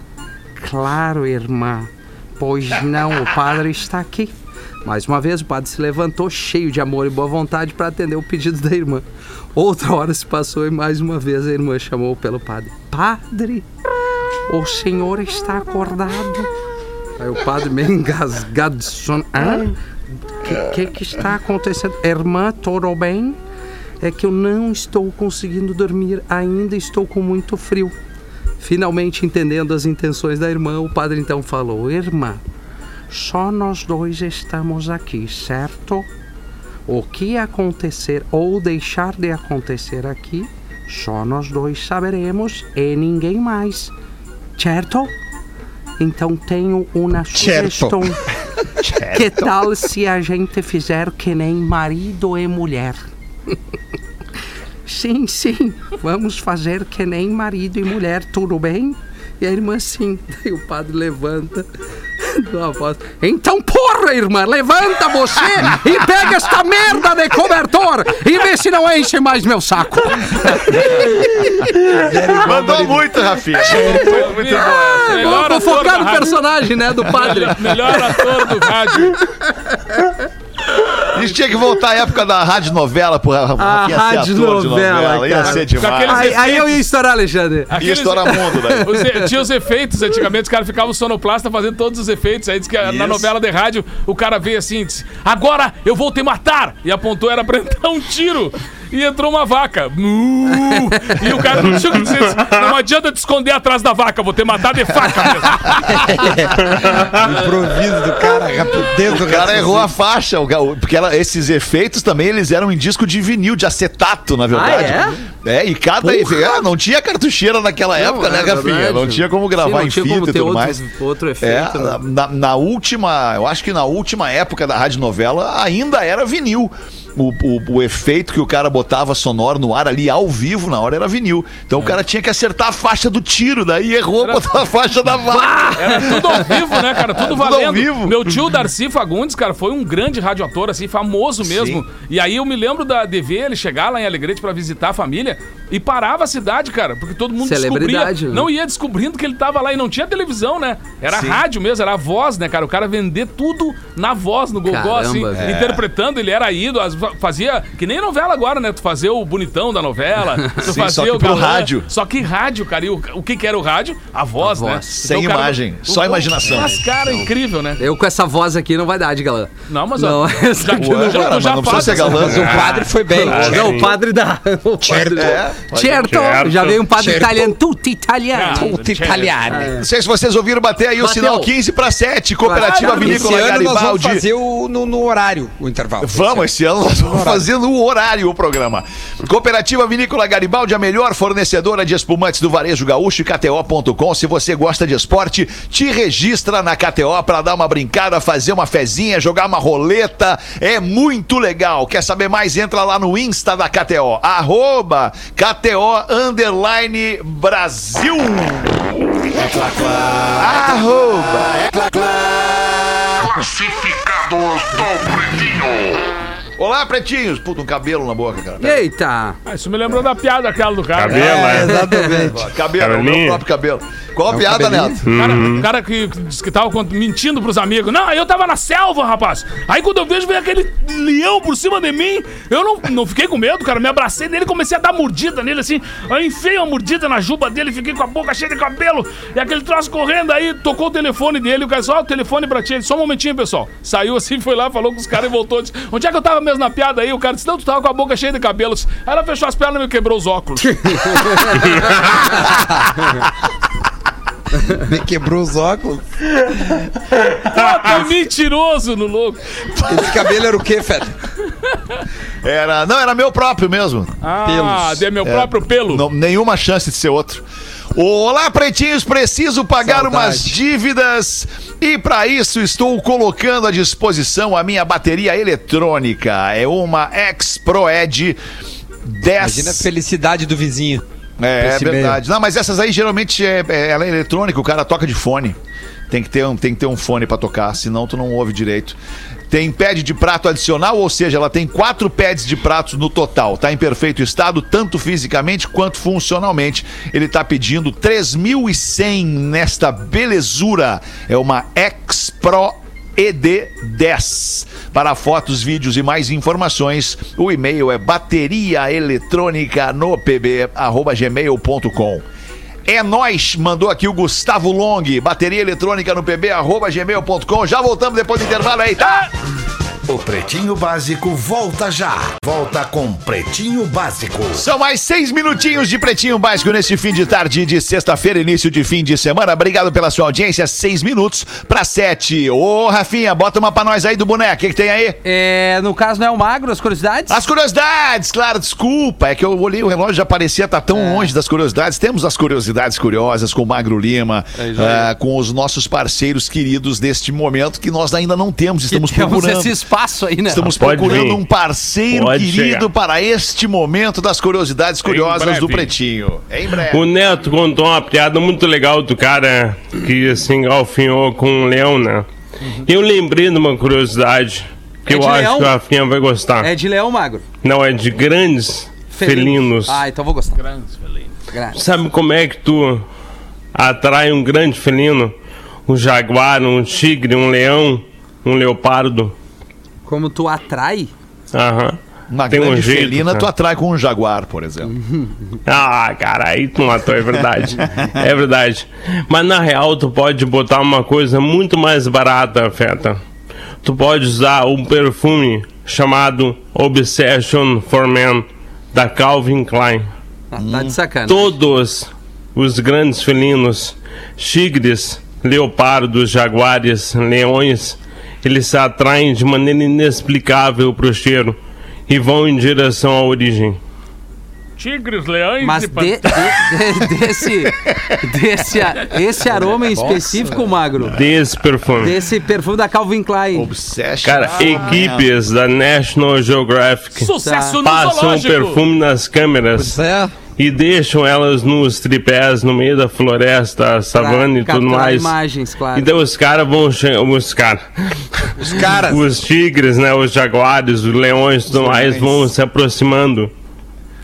[SPEAKER 7] Claro, irmã. Pois não, o padre está aqui. Mais uma vez, o padre se levantou, cheio de amor e boa vontade, para atender o pedido da irmã. Outra hora se passou e mais uma vez a irmã chamou pelo padre: Padre, o senhor está acordado? Aí o padre, meio engasgado de sono: Hã? O que, que está acontecendo? Irmã, tudo bem? É que eu não estou conseguindo dormir, ainda estou com muito frio. Finalmente entendendo as intenções da irmã, o padre então falou: Irmã, só nós dois estamos aqui, certo? O que acontecer ou deixar de acontecer aqui, só nós dois saberemos e ninguém mais, certo? Então tenho uma sugestão. que tal se a gente fizer que nem marido e mulher? Sim, sim, vamos fazer que nem marido e mulher, tudo bem? E a irmã, sim. Daí o padre levanta, dá uma voz. Então, porra, irmã, levanta você e pega esta merda de cobertor e vê se não enche mais meu saco.
[SPEAKER 3] Mandou muito, Rafinha.
[SPEAKER 5] Muito bom. Melhor
[SPEAKER 7] Vou
[SPEAKER 5] ator da
[SPEAKER 7] focar no
[SPEAKER 5] rádio.
[SPEAKER 7] personagem, né, do padre.
[SPEAKER 5] Melhor ator do rádio.
[SPEAKER 3] A gente tinha que voltar à época da rádio novela pro
[SPEAKER 7] A
[SPEAKER 3] Rafinha ser
[SPEAKER 7] rádio
[SPEAKER 3] ator de
[SPEAKER 7] novela,
[SPEAKER 3] novela. Ia
[SPEAKER 7] cara.
[SPEAKER 3] ser
[SPEAKER 5] Com aqueles-
[SPEAKER 3] demais.
[SPEAKER 7] Aí, aí eu ia estourar, Alexandre.
[SPEAKER 3] Ia
[SPEAKER 5] Aqueles-
[SPEAKER 3] estourar mundo, né? velho.
[SPEAKER 5] Os e- tinha os efeitos antigamente, os caras ficavam o sonoplasta fazendo todos os efeitos. Aí diz que
[SPEAKER 3] Isso.
[SPEAKER 5] na novela de rádio o cara veio assim: disse, Agora eu vou te matar! E apontou, era pra entrar um tiro. E entrou uma vaca. Mu! E o cara não tinha o que dizer. disse, Não adianta te esconder atrás da vaca, vou te matar de faca mesmo.
[SPEAKER 4] O improviso do cara, a rapidez do
[SPEAKER 3] O cara errou a faixa, o ga- o- porque ela- esses efeitos também eles eram em disco de vinil, de acetato,
[SPEAKER 7] Ah,
[SPEAKER 3] na verdade. é? e cada efe- ah, não tinha cartucheira naquela época, né,
[SPEAKER 7] é
[SPEAKER 3] Gafinha?
[SPEAKER 7] verdade.
[SPEAKER 3] Não tinha como gravar
[SPEAKER 7] Sim, não
[SPEAKER 3] em
[SPEAKER 7] tinha
[SPEAKER 3] fita
[SPEAKER 7] como
[SPEAKER 3] e
[SPEAKER 7] ter
[SPEAKER 3] tudo
[SPEAKER 7] outro-
[SPEAKER 3] mais.
[SPEAKER 7] outro
[SPEAKER 3] É,
[SPEAKER 7] efeito, né?
[SPEAKER 3] na, na última, eu acho que na última época da rádio novela ainda era vinil. o, o, o efeito que o cara botava sonoro no ar ali ao vivo na hora era vinil. Então
[SPEAKER 7] É.
[SPEAKER 3] o cara tinha que acertar a faixa do tiro, daí errou, botou a faixa da vaca.
[SPEAKER 5] Era tudo ao vivo, né, cara? Tudo
[SPEAKER 3] Tudo ao
[SPEAKER 5] valendo.
[SPEAKER 3] vivo.
[SPEAKER 5] Meu tio Darcy Fagundes, cara, foi um grande radioator, assim, famoso mesmo. E aí eu me lembro da de ver ele chegar lá em Alegrete pra visitar a família e parava a cidade, cara, porque todo mundo
[SPEAKER 7] Celebridade,
[SPEAKER 5] descobria.
[SPEAKER 7] né?
[SPEAKER 5] Não ia descobrindo que ele tava lá e não tinha televisão, né? Era rádio mesmo, era a voz, né, cara? O cara vender tudo na voz, no gogó,
[SPEAKER 7] Caramba,
[SPEAKER 5] assim,
[SPEAKER 7] velho.
[SPEAKER 5] interpretando, ele era ido, as- fazia que nem novela agora, né? Tu fazia o bonitão da novela, tu
[SPEAKER 3] Sim,
[SPEAKER 5] fazia
[SPEAKER 3] só que
[SPEAKER 5] o
[SPEAKER 3] pro
[SPEAKER 5] galã.
[SPEAKER 3] rádio.
[SPEAKER 5] Só que rádio, cara, e o, o que que era o rádio? A voz, né?
[SPEAKER 7] voz.
[SPEAKER 3] Sem
[SPEAKER 5] o cara-
[SPEAKER 3] imagem, só imaginação.
[SPEAKER 5] Mas, cara, incrível, né?
[SPEAKER 7] Eu com essa voz aqui não vai dar de galã.
[SPEAKER 5] Não, mas
[SPEAKER 7] Não,
[SPEAKER 5] ó,
[SPEAKER 7] essa-
[SPEAKER 5] já,
[SPEAKER 3] Ué,
[SPEAKER 5] já,
[SPEAKER 3] cara, mas
[SPEAKER 5] já
[SPEAKER 3] não precisa
[SPEAKER 5] faz
[SPEAKER 3] ser galã.
[SPEAKER 4] Mas o padre foi bem.
[SPEAKER 7] Não, o padre dá. O padre dá.
[SPEAKER 3] É, pode-
[SPEAKER 7] Certo.
[SPEAKER 6] Certo.
[SPEAKER 7] Já veio um padre
[SPEAKER 4] Certo.
[SPEAKER 7] italiano. Tutti italiano.
[SPEAKER 4] Puta italiana.
[SPEAKER 3] Não sei se vocês ouviram bater aí o
[SPEAKER 7] Bateu.
[SPEAKER 3] sinal 15 para 7, Cooperativa
[SPEAKER 7] Claro,
[SPEAKER 3] Vinícola
[SPEAKER 4] Esse ano nós vamos
[SPEAKER 3] Garibaldi.
[SPEAKER 4] fazer o, no, no horário o intervalo.
[SPEAKER 3] Vamos, esse ano nós vamos fazendo o horário o programa. Cooperativa Vinícola Garibaldi, a melhor fornecedora de espumantes do varejo gaúcho e KTO.com. Se você gosta de esporte, te registra na KTO para dar uma brincada, fazer uma fezinha, jogar uma roleta. É muito legal. Quer saber mais? Entra lá no Insta da KTO, arroba KTO underline Brasil. Arroba. Olá, pretinhos. Puta, um cabelo na boca, cara.
[SPEAKER 7] Eita.
[SPEAKER 5] Ah, isso me lembrou da piada aquela do cara.
[SPEAKER 6] Cabelo, é.
[SPEAKER 4] exatamente.
[SPEAKER 3] Cabelo, o meu
[SPEAKER 6] Cabelinho.
[SPEAKER 3] próprio cabelo. Qual a piada,
[SPEAKER 4] É um cabelinho.
[SPEAKER 3] Neto?
[SPEAKER 5] O cara, o cara que, que disse que tava cont- mentindo pros amigos. Não, eu tava na selva, rapaz. Aí quando eu vejo, veio aquele leão por cima de mim. Eu não, não fiquei com medo, cara. Me abracei nele, comecei a dar mordida nele, assim. Aí enfiei uma mordida na juba dele, fiquei com a boca cheia de cabelo. E aquele troço correndo aí, tocou o telefone dele. O cara só o telefone pra ti. Ele, só um momentinho, pessoal. Saiu assim, foi lá, falou com os caras e voltou. Disse, Onde é que eu tava mesmo na piada aí? O cara disse, não, tu tava com a boca cheia de cabelos. Aí ela fechou as pernas e me quebrou os óculos.
[SPEAKER 4] Me quebrou os óculos.
[SPEAKER 5] Puta, Ah, mentiroso no louco.
[SPEAKER 4] Esse cabelo era o quê, Feta?
[SPEAKER 3] Era, não, era meu próprio mesmo.
[SPEAKER 5] Ah, de meu próprio pelo.
[SPEAKER 3] Não- nenhuma chance de ser outro. Olá, pretinhos, preciso pagar
[SPEAKER 4] Saudade.
[SPEAKER 3] umas dívidas e para isso estou colocando à disposição a minha bateria eletrônica. É uma X-Proed 10.
[SPEAKER 4] Imagina a felicidade do vizinho.
[SPEAKER 3] É, é
[SPEAKER 4] Esse meio.
[SPEAKER 3] verdade. Não, mas essas aí geralmente é, é- ela é eletrônica, o cara toca de fone. Tem que ter um, tem que ter um fone pra tocar, senão tu não ouve direito. Tem pad de prato adicional, ou seja, ela tem quatro pads de pratos no total. Tá em perfeito estado, tanto fisicamente quanto funcionalmente. Ele tá pedindo 3.100 nesta belezura. É uma X-Pro ED10. Para fotos, vídeos e mais informações, o e-mail é bateriaeletrônicanopb@gmail.com. É nós, mandou aqui o Gustavo Long, bateria eletrônica no pb@gmail.com. Já voltamos depois do intervalo aí, tá?
[SPEAKER 1] O Pretinho Básico volta já. Volta com Pretinho Básico.
[SPEAKER 3] São mais seis minutinhos de Pretinho Básico neste fim de tarde de sexta-feira, início de fim de semana. Obrigado pela sua audiência. Seis minutos para sete. Ô, Rafinha, bota uma pra nós aí do boneco. O que, que tem aí?
[SPEAKER 7] É, no caso, não é o magro, as curiosidades?
[SPEAKER 3] As curiosidades, claro, desculpa. É que eu olhei o relógio já parecia estar tão
[SPEAKER 7] É.
[SPEAKER 3] longe das curiosidades. Temos as curiosidades curiosas com o Magro Lima,
[SPEAKER 7] É
[SPEAKER 3] ah, com os nossos parceiros queridos deste momento que nós ainda não temos. Estamos
[SPEAKER 7] que temos
[SPEAKER 3] procurando.
[SPEAKER 7] esse espaço aí, né?
[SPEAKER 3] Estamos
[SPEAKER 6] Pode
[SPEAKER 3] procurando
[SPEAKER 6] vir.
[SPEAKER 3] um parceiro
[SPEAKER 6] Pode
[SPEAKER 3] querido
[SPEAKER 6] chegar.
[SPEAKER 3] para este momento das curiosidades curiosas
[SPEAKER 6] breve.
[SPEAKER 3] do Pretinho. Em breve.
[SPEAKER 6] O Neto contou uma piada muito legal do cara que se engalfinhou com um leão, né? Eu lembrei de uma curiosidade que
[SPEAKER 7] É
[SPEAKER 6] eu
[SPEAKER 7] de
[SPEAKER 6] acho
[SPEAKER 7] leão?
[SPEAKER 6] que o Rafinha vai gostar.
[SPEAKER 7] É de leão magro.
[SPEAKER 6] Não, é de grandes felinos.
[SPEAKER 7] Ah, então vou gostar. Grandes.
[SPEAKER 6] Sabe como é que tu atrai um grande felino? Um jaguar, um tigre, um leão, um leopardo.
[SPEAKER 7] Como tu atrai?
[SPEAKER 6] Aham.
[SPEAKER 3] Uma
[SPEAKER 6] Tem um
[SPEAKER 3] grande
[SPEAKER 6] jeito,
[SPEAKER 3] felina,
[SPEAKER 6] né?
[SPEAKER 3] tu atrai com um jaguar, por exemplo.
[SPEAKER 6] Ah, cara, aí tu matou, é verdade. é verdade. Mas na real, tu pode botar uma coisa muito mais barata, Feta. Tu pode usar um perfume chamado Obsession for Men, da Calvin Klein.
[SPEAKER 7] Ah, tá de sacana.
[SPEAKER 6] Todos os grandes felinos, tigres, leopardos, jaguares, leões, eles se atraem de maneira inexplicável pro cheiro e vão em direção à origem. tigres, leões
[SPEAKER 7] Mas
[SPEAKER 6] e
[SPEAKER 7] de- de- de- desse, desse a- esse aroma em específico, magro,
[SPEAKER 6] Desse perfume.
[SPEAKER 7] desse Ah, perfume da Calvin Klein.
[SPEAKER 3] Obsession.
[SPEAKER 6] Cara, equipes
[SPEAKER 7] é.
[SPEAKER 6] da National Geographic
[SPEAKER 7] tá?
[SPEAKER 5] Sucesso no
[SPEAKER 6] passam o
[SPEAKER 5] é zoológico.
[SPEAKER 6] um perfume nas câmeras
[SPEAKER 4] É.
[SPEAKER 6] e deixam elas nos tripés no meio da floresta,
[SPEAKER 7] pra
[SPEAKER 6] savana e tudo
[SPEAKER 7] captar
[SPEAKER 6] mais.
[SPEAKER 7] imagens, claro.
[SPEAKER 6] Então os caras vão che- os caras,
[SPEAKER 4] Os caras.
[SPEAKER 6] os tigres, né, os jaguares, os leões, e tudo mais vão se aproximando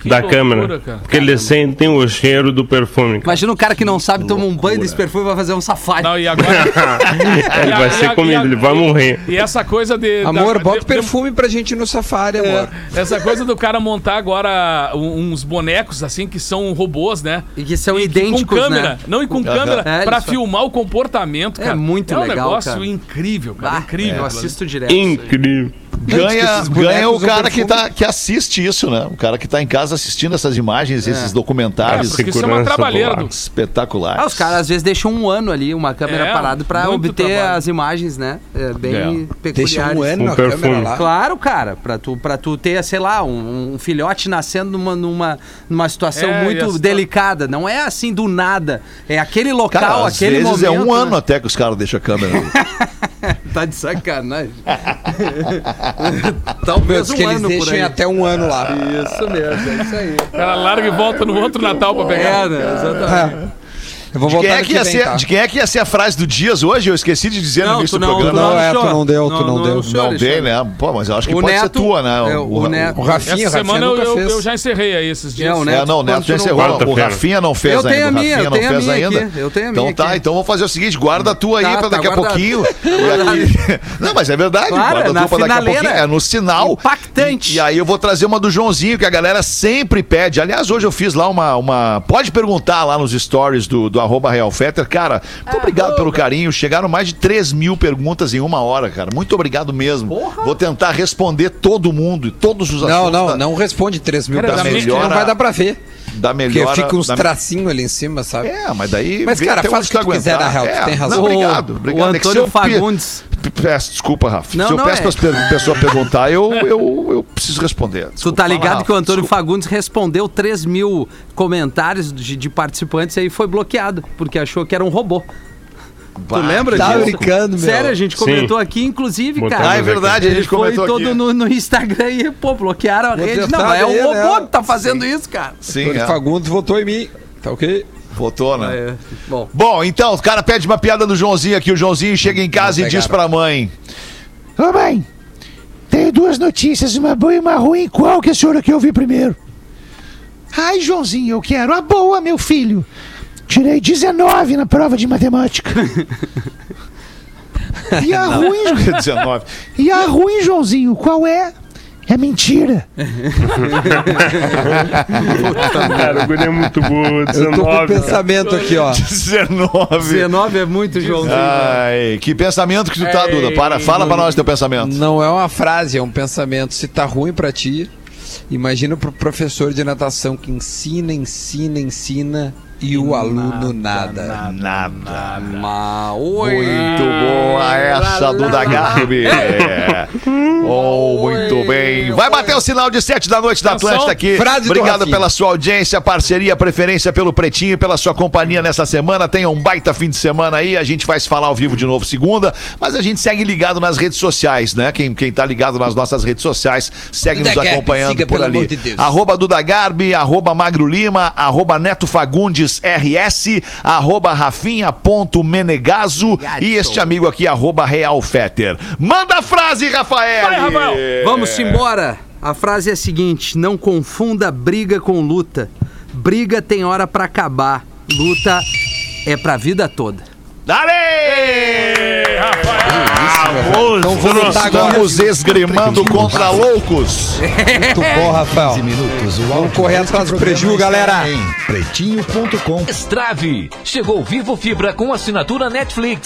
[SPEAKER 6] da
[SPEAKER 5] loucura,
[SPEAKER 6] câmera,
[SPEAKER 5] cara.
[SPEAKER 6] porque eles sentem o cheiro do perfume. cara.
[SPEAKER 7] Imagina um cara que não sabe, toma um banho desse perfume e vai fazer um safari.
[SPEAKER 5] Não, e agora.
[SPEAKER 6] ele vai ser comido, ele vai
[SPEAKER 4] É
[SPEAKER 6] morrer.
[SPEAKER 5] E essa coisa de.
[SPEAKER 4] Amor,
[SPEAKER 5] da-
[SPEAKER 4] bota
[SPEAKER 5] de-
[SPEAKER 4] perfume pra gente ir no safari, amor.
[SPEAKER 5] de- Essa coisa do cara montar agora um- uns bonecos assim que são robôs, né?
[SPEAKER 7] E que são
[SPEAKER 5] que
[SPEAKER 7] idênticos,
[SPEAKER 5] com câmera,
[SPEAKER 7] né?
[SPEAKER 5] não e com câmera
[SPEAKER 7] É,
[SPEAKER 5] pra
[SPEAKER 7] eles fa-
[SPEAKER 5] filmar o comportamento,
[SPEAKER 7] É
[SPEAKER 5] cara.
[SPEAKER 7] muito
[SPEAKER 5] é um
[SPEAKER 7] legal,
[SPEAKER 5] negócio
[SPEAKER 7] cara.
[SPEAKER 5] incrível, cara,
[SPEAKER 7] Bah,
[SPEAKER 5] incrível.
[SPEAKER 7] Ah, Eu assisto direto. isso aí.
[SPEAKER 6] Incrível.
[SPEAKER 3] Ganha,
[SPEAKER 4] esses bonecos
[SPEAKER 3] ganha o
[SPEAKER 4] usam
[SPEAKER 3] cara que,
[SPEAKER 4] perfume.
[SPEAKER 3] tá, que assiste isso, né? O cara que tá em casa assistindo essas imagens, esses
[SPEAKER 5] É,
[SPEAKER 3] documentários
[SPEAKER 5] porque isso é uma
[SPEAKER 6] segurança do
[SPEAKER 5] trabalheira
[SPEAKER 6] ar.
[SPEAKER 5] do
[SPEAKER 3] espetaculares.
[SPEAKER 7] Ah, os caras às vezes deixam um ano ali, uma câmera
[SPEAKER 5] É,
[SPEAKER 7] parada, pra
[SPEAKER 5] muito
[SPEAKER 7] obter
[SPEAKER 5] trabalho.
[SPEAKER 7] as imagens, né? É, bem peculiares.
[SPEAKER 4] Deixa um ano
[SPEAKER 6] Um
[SPEAKER 4] na
[SPEAKER 6] perfume.
[SPEAKER 4] câmera lá.
[SPEAKER 7] Claro, cara, pra tu, pra tu ter, sei lá, um, um filhote nascendo numa, numa, numa situação
[SPEAKER 5] É, e
[SPEAKER 7] muito
[SPEAKER 5] a situa-
[SPEAKER 7] delicada. Não é assim do nada. É aquele local,
[SPEAKER 3] Cara, às
[SPEAKER 7] aquele
[SPEAKER 3] vezes
[SPEAKER 7] momento.
[SPEAKER 3] é um
[SPEAKER 7] né?
[SPEAKER 3] ano até que os caras deixam a câmera. ali. é
[SPEAKER 7] Tá de sacanagem.
[SPEAKER 4] Meu,
[SPEAKER 7] Talvez
[SPEAKER 4] diz
[SPEAKER 7] um
[SPEAKER 4] que eles
[SPEAKER 7] ano por
[SPEAKER 4] deixem
[SPEAKER 7] aí.
[SPEAKER 4] até um ano lá.
[SPEAKER 7] Isso mesmo, é isso aí.
[SPEAKER 5] O cara larga e volta no outro Natal pra pegar.
[SPEAKER 7] É, né? Exatamente.
[SPEAKER 4] Eu vou
[SPEAKER 3] De quem,
[SPEAKER 4] voltar
[SPEAKER 3] é
[SPEAKER 4] no
[SPEAKER 3] que ia
[SPEAKER 4] que vem,
[SPEAKER 3] ser,
[SPEAKER 4] tá?
[SPEAKER 3] de quem é que ia ser a frase do Dias hoje? Eu esqueci de dizer no
[SPEAKER 7] Não,
[SPEAKER 3] início
[SPEAKER 7] tu
[SPEAKER 3] do
[SPEAKER 7] não, tu
[SPEAKER 3] programa.
[SPEAKER 7] não,
[SPEAKER 4] Não, é, tu
[SPEAKER 7] anunciou.
[SPEAKER 4] não deu, tu não deu.
[SPEAKER 7] anunciou,
[SPEAKER 3] Não,
[SPEAKER 7] Alexandre.
[SPEAKER 3] dei, né? Pô, mas eu acho que
[SPEAKER 7] O
[SPEAKER 3] pode ser
[SPEAKER 7] Neto-
[SPEAKER 3] tua, né?
[SPEAKER 7] é, o Neto-
[SPEAKER 4] O Rafinha,
[SPEAKER 5] Essa
[SPEAKER 4] Rafinha
[SPEAKER 5] semana eu,
[SPEAKER 4] nunca
[SPEAKER 5] eu-
[SPEAKER 4] fez.
[SPEAKER 5] eu já encerrei aí esses dias.
[SPEAKER 7] Não, né?
[SPEAKER 3] É, não, o Neto já
[SPEAKER 7] Quando tu não-
[SPEAKER 3] encerrou. O
[SPEAKER 6] Quarta-feira.
[SPEAKER 3] Rafinha não fez
[SPEAKER 7] Eu tenho
[SPEAKER 3] ainda.
[SPEAKER 7] a minha,
[SPEAKER 3] o Rafinha
[SPEAKER 7] eu
[SPEAKER 3] não
[SPEAKER 7] tenho a
[SPEAKER 3] fez
[SPEAKER 7] minha
[SPEAKER 3] ainda.
[SPEAKER 7] aqui, eu tenho a
[SPEAKER 3] então
[SPEAKER 7] minha
[SPEAKER 3] tá,
[SPEAKER 7] aqui.
[SPEAKER 3] então vamos fazer o seguinte: guarda a tua aí
[SPEAKER 7] Tá,
[SPEAKER 3] pra
[SPEAKER 7] tá
[SPEAKER 3] daqui a
[SPEAKER 7] guardado.
[SPEAKER 3] pouquinho. E aqui- Não, mas é verdade,
[SPEAKER 7] Claro,
[SPEAKER 3] guarda a
[SPEAKER 7] na
[SPEAKER 3] tua pra daqui a
[SPEAKER 7] finaleira.
[SPEAKER 3] pouquinho. É no sinal.
[SPEAKER 7] Impactante.
[SPEAKER 3] E, e aí eu vou trazer uma do Joãozinho, que a galera sempre pede. Aliás, hoje eu fiz lá uma. uma... Pode perguntar lá nos stories do, do arroba Real Fetter. Cara, muito obrigado pelo carinho. Chegaram mais de 3 mil perguntas em uma hora, cara. Muito obrigado mesmo. Vou tentar responder todo mundo e todos os
[SPEAKER 4] Não,
[SPEAKER 3] assuntos.
[SPEAKER 4] não,
[SPEAKER 3] da-
[SPEAKER 4] não responde 3 mil
[SPEAKER 5] Cara,
[SPEAKER 4] pra
[SPEAKER 5] da
[SPEAKER 4] mim, porque
[SPEAKER 3] melhora-
[SPEAKER 4] Não vai dar pra ver.
[SPEAKER 3] Da
[SPEAKER 4] Porque
[SPEAKER 3] melhor.
[SPEAKER 4] fica uns tracinhos ali em cima, sabe?
[SPEAKER 3] É, mas daí.
[SPEAKER 4] Mas,
[SPEAKER 3] vê
[SPEAKER 4] cara,
[SPEAKER 3] até
[SPEAKER 4] faz
[SPEAKER 3] onde
[SPEAKER 4] o que tu quiser, na
[SPEAKER 3] aguentar. É.
[SPEAKER 4] real, tu tem razão.
[SPEAKER 3] Não, obrigado,
[SPEAKER 7] O-
[SPEAKER 3] obrigado.
[SPEAKER 7] o
[SPEAKER 3] É que se
[SPEAKER 7] Antônio
[SPEAKER 3] eu pe-
[SPEAKER 7] Fagundes.
[SPEAKER 3] pe- Peço, desculpa, Rafa.
[SPEAKER 7] Não,
[SPEAKER 3] se eu
[SPEAKER 7] não
[SPEAKER 3] peço
[SPEAKER 7] é.
[SPEAKER 3] para as pessoas perguntar, eu, eu, eu preciso responder.
[SPEAKER 7] Tu
[SPEAKER 3] Desculpa,
[SPEAKER 7] tá
[SPEAKER 3] fala,
[SPEAKER 7] ligado
[SPEAKER 3] Rafa,
[SPEAKER 7] que o Antônio
[SPEAKER 3] desculpa.
[SPEAKER 7] Fagundes respondeu 3 mil comentários de, de participantes e aí foi bloqueado, porque achou que era um robô.
[SPEAKER 3] Bah,
[SPEAKER 7] lembra
[SPEAKER 3] que
[SPEAKER 7] disso?
[SPEAKER 4] Tá
[SPEAKER 3] louco.
[SPEAKER 4] brincando, meu.
[SPEAKER 7] Sério, a gente
[SPEAKER 6] Sim.
[SPEAKER 7] comentou aqui, inclusive,
[SPEAKER 6] Botamos
[SPEAKER 7] cara.
[SPEAKER 3] Ah, é verdade, a
[SPEAKER 7] Ele
[SPEAKER 3] gente
[SPEAKER 7] foi
[SPEAKER 3] comentou
[SPEAKER 7] todo
[SPEAKER 3] aqui.
[SPEAKER 7] no, no Instagram e, pô, bloquearam a
[SPEAKER 4] Vou
[SPEAKER 7] rede.
[SPEAKER 4] tentar
[SPEAKER 7] Não, é
[SPEAKER 4] ver,
[SPEAKER 7] um robô
[SPEAKER 4] né?
[SPEAKER 7] que tá fazendo isso, cara.
[SPEAKER 3] Sim,
[SPEAKER 4] Antônio
[SPEAKER 3] é.
[SPEAKER 4] Fagundes votou em mim. Tá ok?
[SPEAKER 3] Votou, né?
[SPEAKER 7] É, Bom,
[SPEAKER 3] Bom, então, o cara pede uma piada do Joãozinho aqui. O Joãozinho chega em casa e
[SPEAKER 4] Não
[SPEAKER 3] diz
[SPEAKER 4] pegaram.
[SPEAKER 3] pra mãe: Ô mãe, tenho duas notícias, uma boa e uma ruim. Qual que a senhora quer ouvir primeiro? Ai, Joãozinho, eu quero a boa, meu filho. Tirei 19 na prova de matemática. E a ruim, Jo- E a ruim, Joãozinho, qual é? É mentira.
[SPEAKER 6] Cara, o guri é muito bom,
[SPEAKER 4] Eu tô com o
[SPEAKER 6] 19. cara.
[SPEAKER 4] pensamento aqui, ó.
[SPEAKER 3] 19.
[SPEAKER 7] 19 é muito, Joãozinho.
[SPEAKER 3] Ah, Ai, que pensamento que tu tá, Duda. Para, fala pra nós teu pensamento.
[SPEAKER 4] Não é uma frase, é um pensamento. Se tá ruim pra ti, imagina pro professor de natação que ensina, ensina, ensina e, o aluno nada.
[SPEAKER 3] Nada.
[SPEAKER 7] Ma- Oi.
[SPEAKER 3] Muito boa essa, Duda Garbi. É. Oh, muito bem. Vai bater o sinal de sete da noite da
[SPEAKER 5] Atenção,
[SPEAKER 3] Atlântida aqui.
[SPEAKER 4] frase do
[SPEAKER 3] Obrigado
[SPEAKER 4] Rafinha.
[SPEAKER 3] pela sua audiência, parceria, preferência pelo Pretinho e pela sua companhia nessa semana. Tenha um baita fim de semana aí. A gente vai se falar ao vivo de novo segunda, mas a gente segue ligado nas redes sociais, né? Quem, quem tá ligado nas nossas redes sociais, segue
[SPEAKER 4] Duda
[SPEAKER 3] nos
[SPEAKER 4] Garbi,
[SPEAKER 3] acompanhando
[SPEAKER 4] siga,
[SPEAKER 3] por
[SPEAKER 4] pelo
[SPEAKER 3] ali.
[SPEAKER 4] amor de Deus.
[SPEAKER 3] Arroba Duda Garbi, arroba Magro Lima, arroba Neto Fagundes RS, arroba Rafinha.menegaso e este amigo aqui, arroba Real Fetter. Manda a frase, Rafael!
[SPEAKER 5] Vai, Rafael!
[SPEAKER 3] é.
[SPEAKER 7] Vamos embora. A frase é a seguinte: não confunda briga com luta. Briga tem hora pra acabar. Luta é pra vida toda.
[SPEAKER 3] Dale!
[SPEAKER 6] Vamos,
[SPEAKER 4] Não vou
[SPEAKER 6] trouxe.
[SPEAKER 4] lutar agora.
[SPEAKER 3] Estamos esgrimando contra loucos.
[SPEAKER 4] Muito bom, Rafael.
[SPEAKER 9] É. minutos, o
[SPEAKER 4] Vamos correr atrás do prejuízo, galera.
[SPEAKER 9] Em pretinho.com.
[SPEAKER 8] Strave. Chegou Vivo Fibra com assinatura Netflix.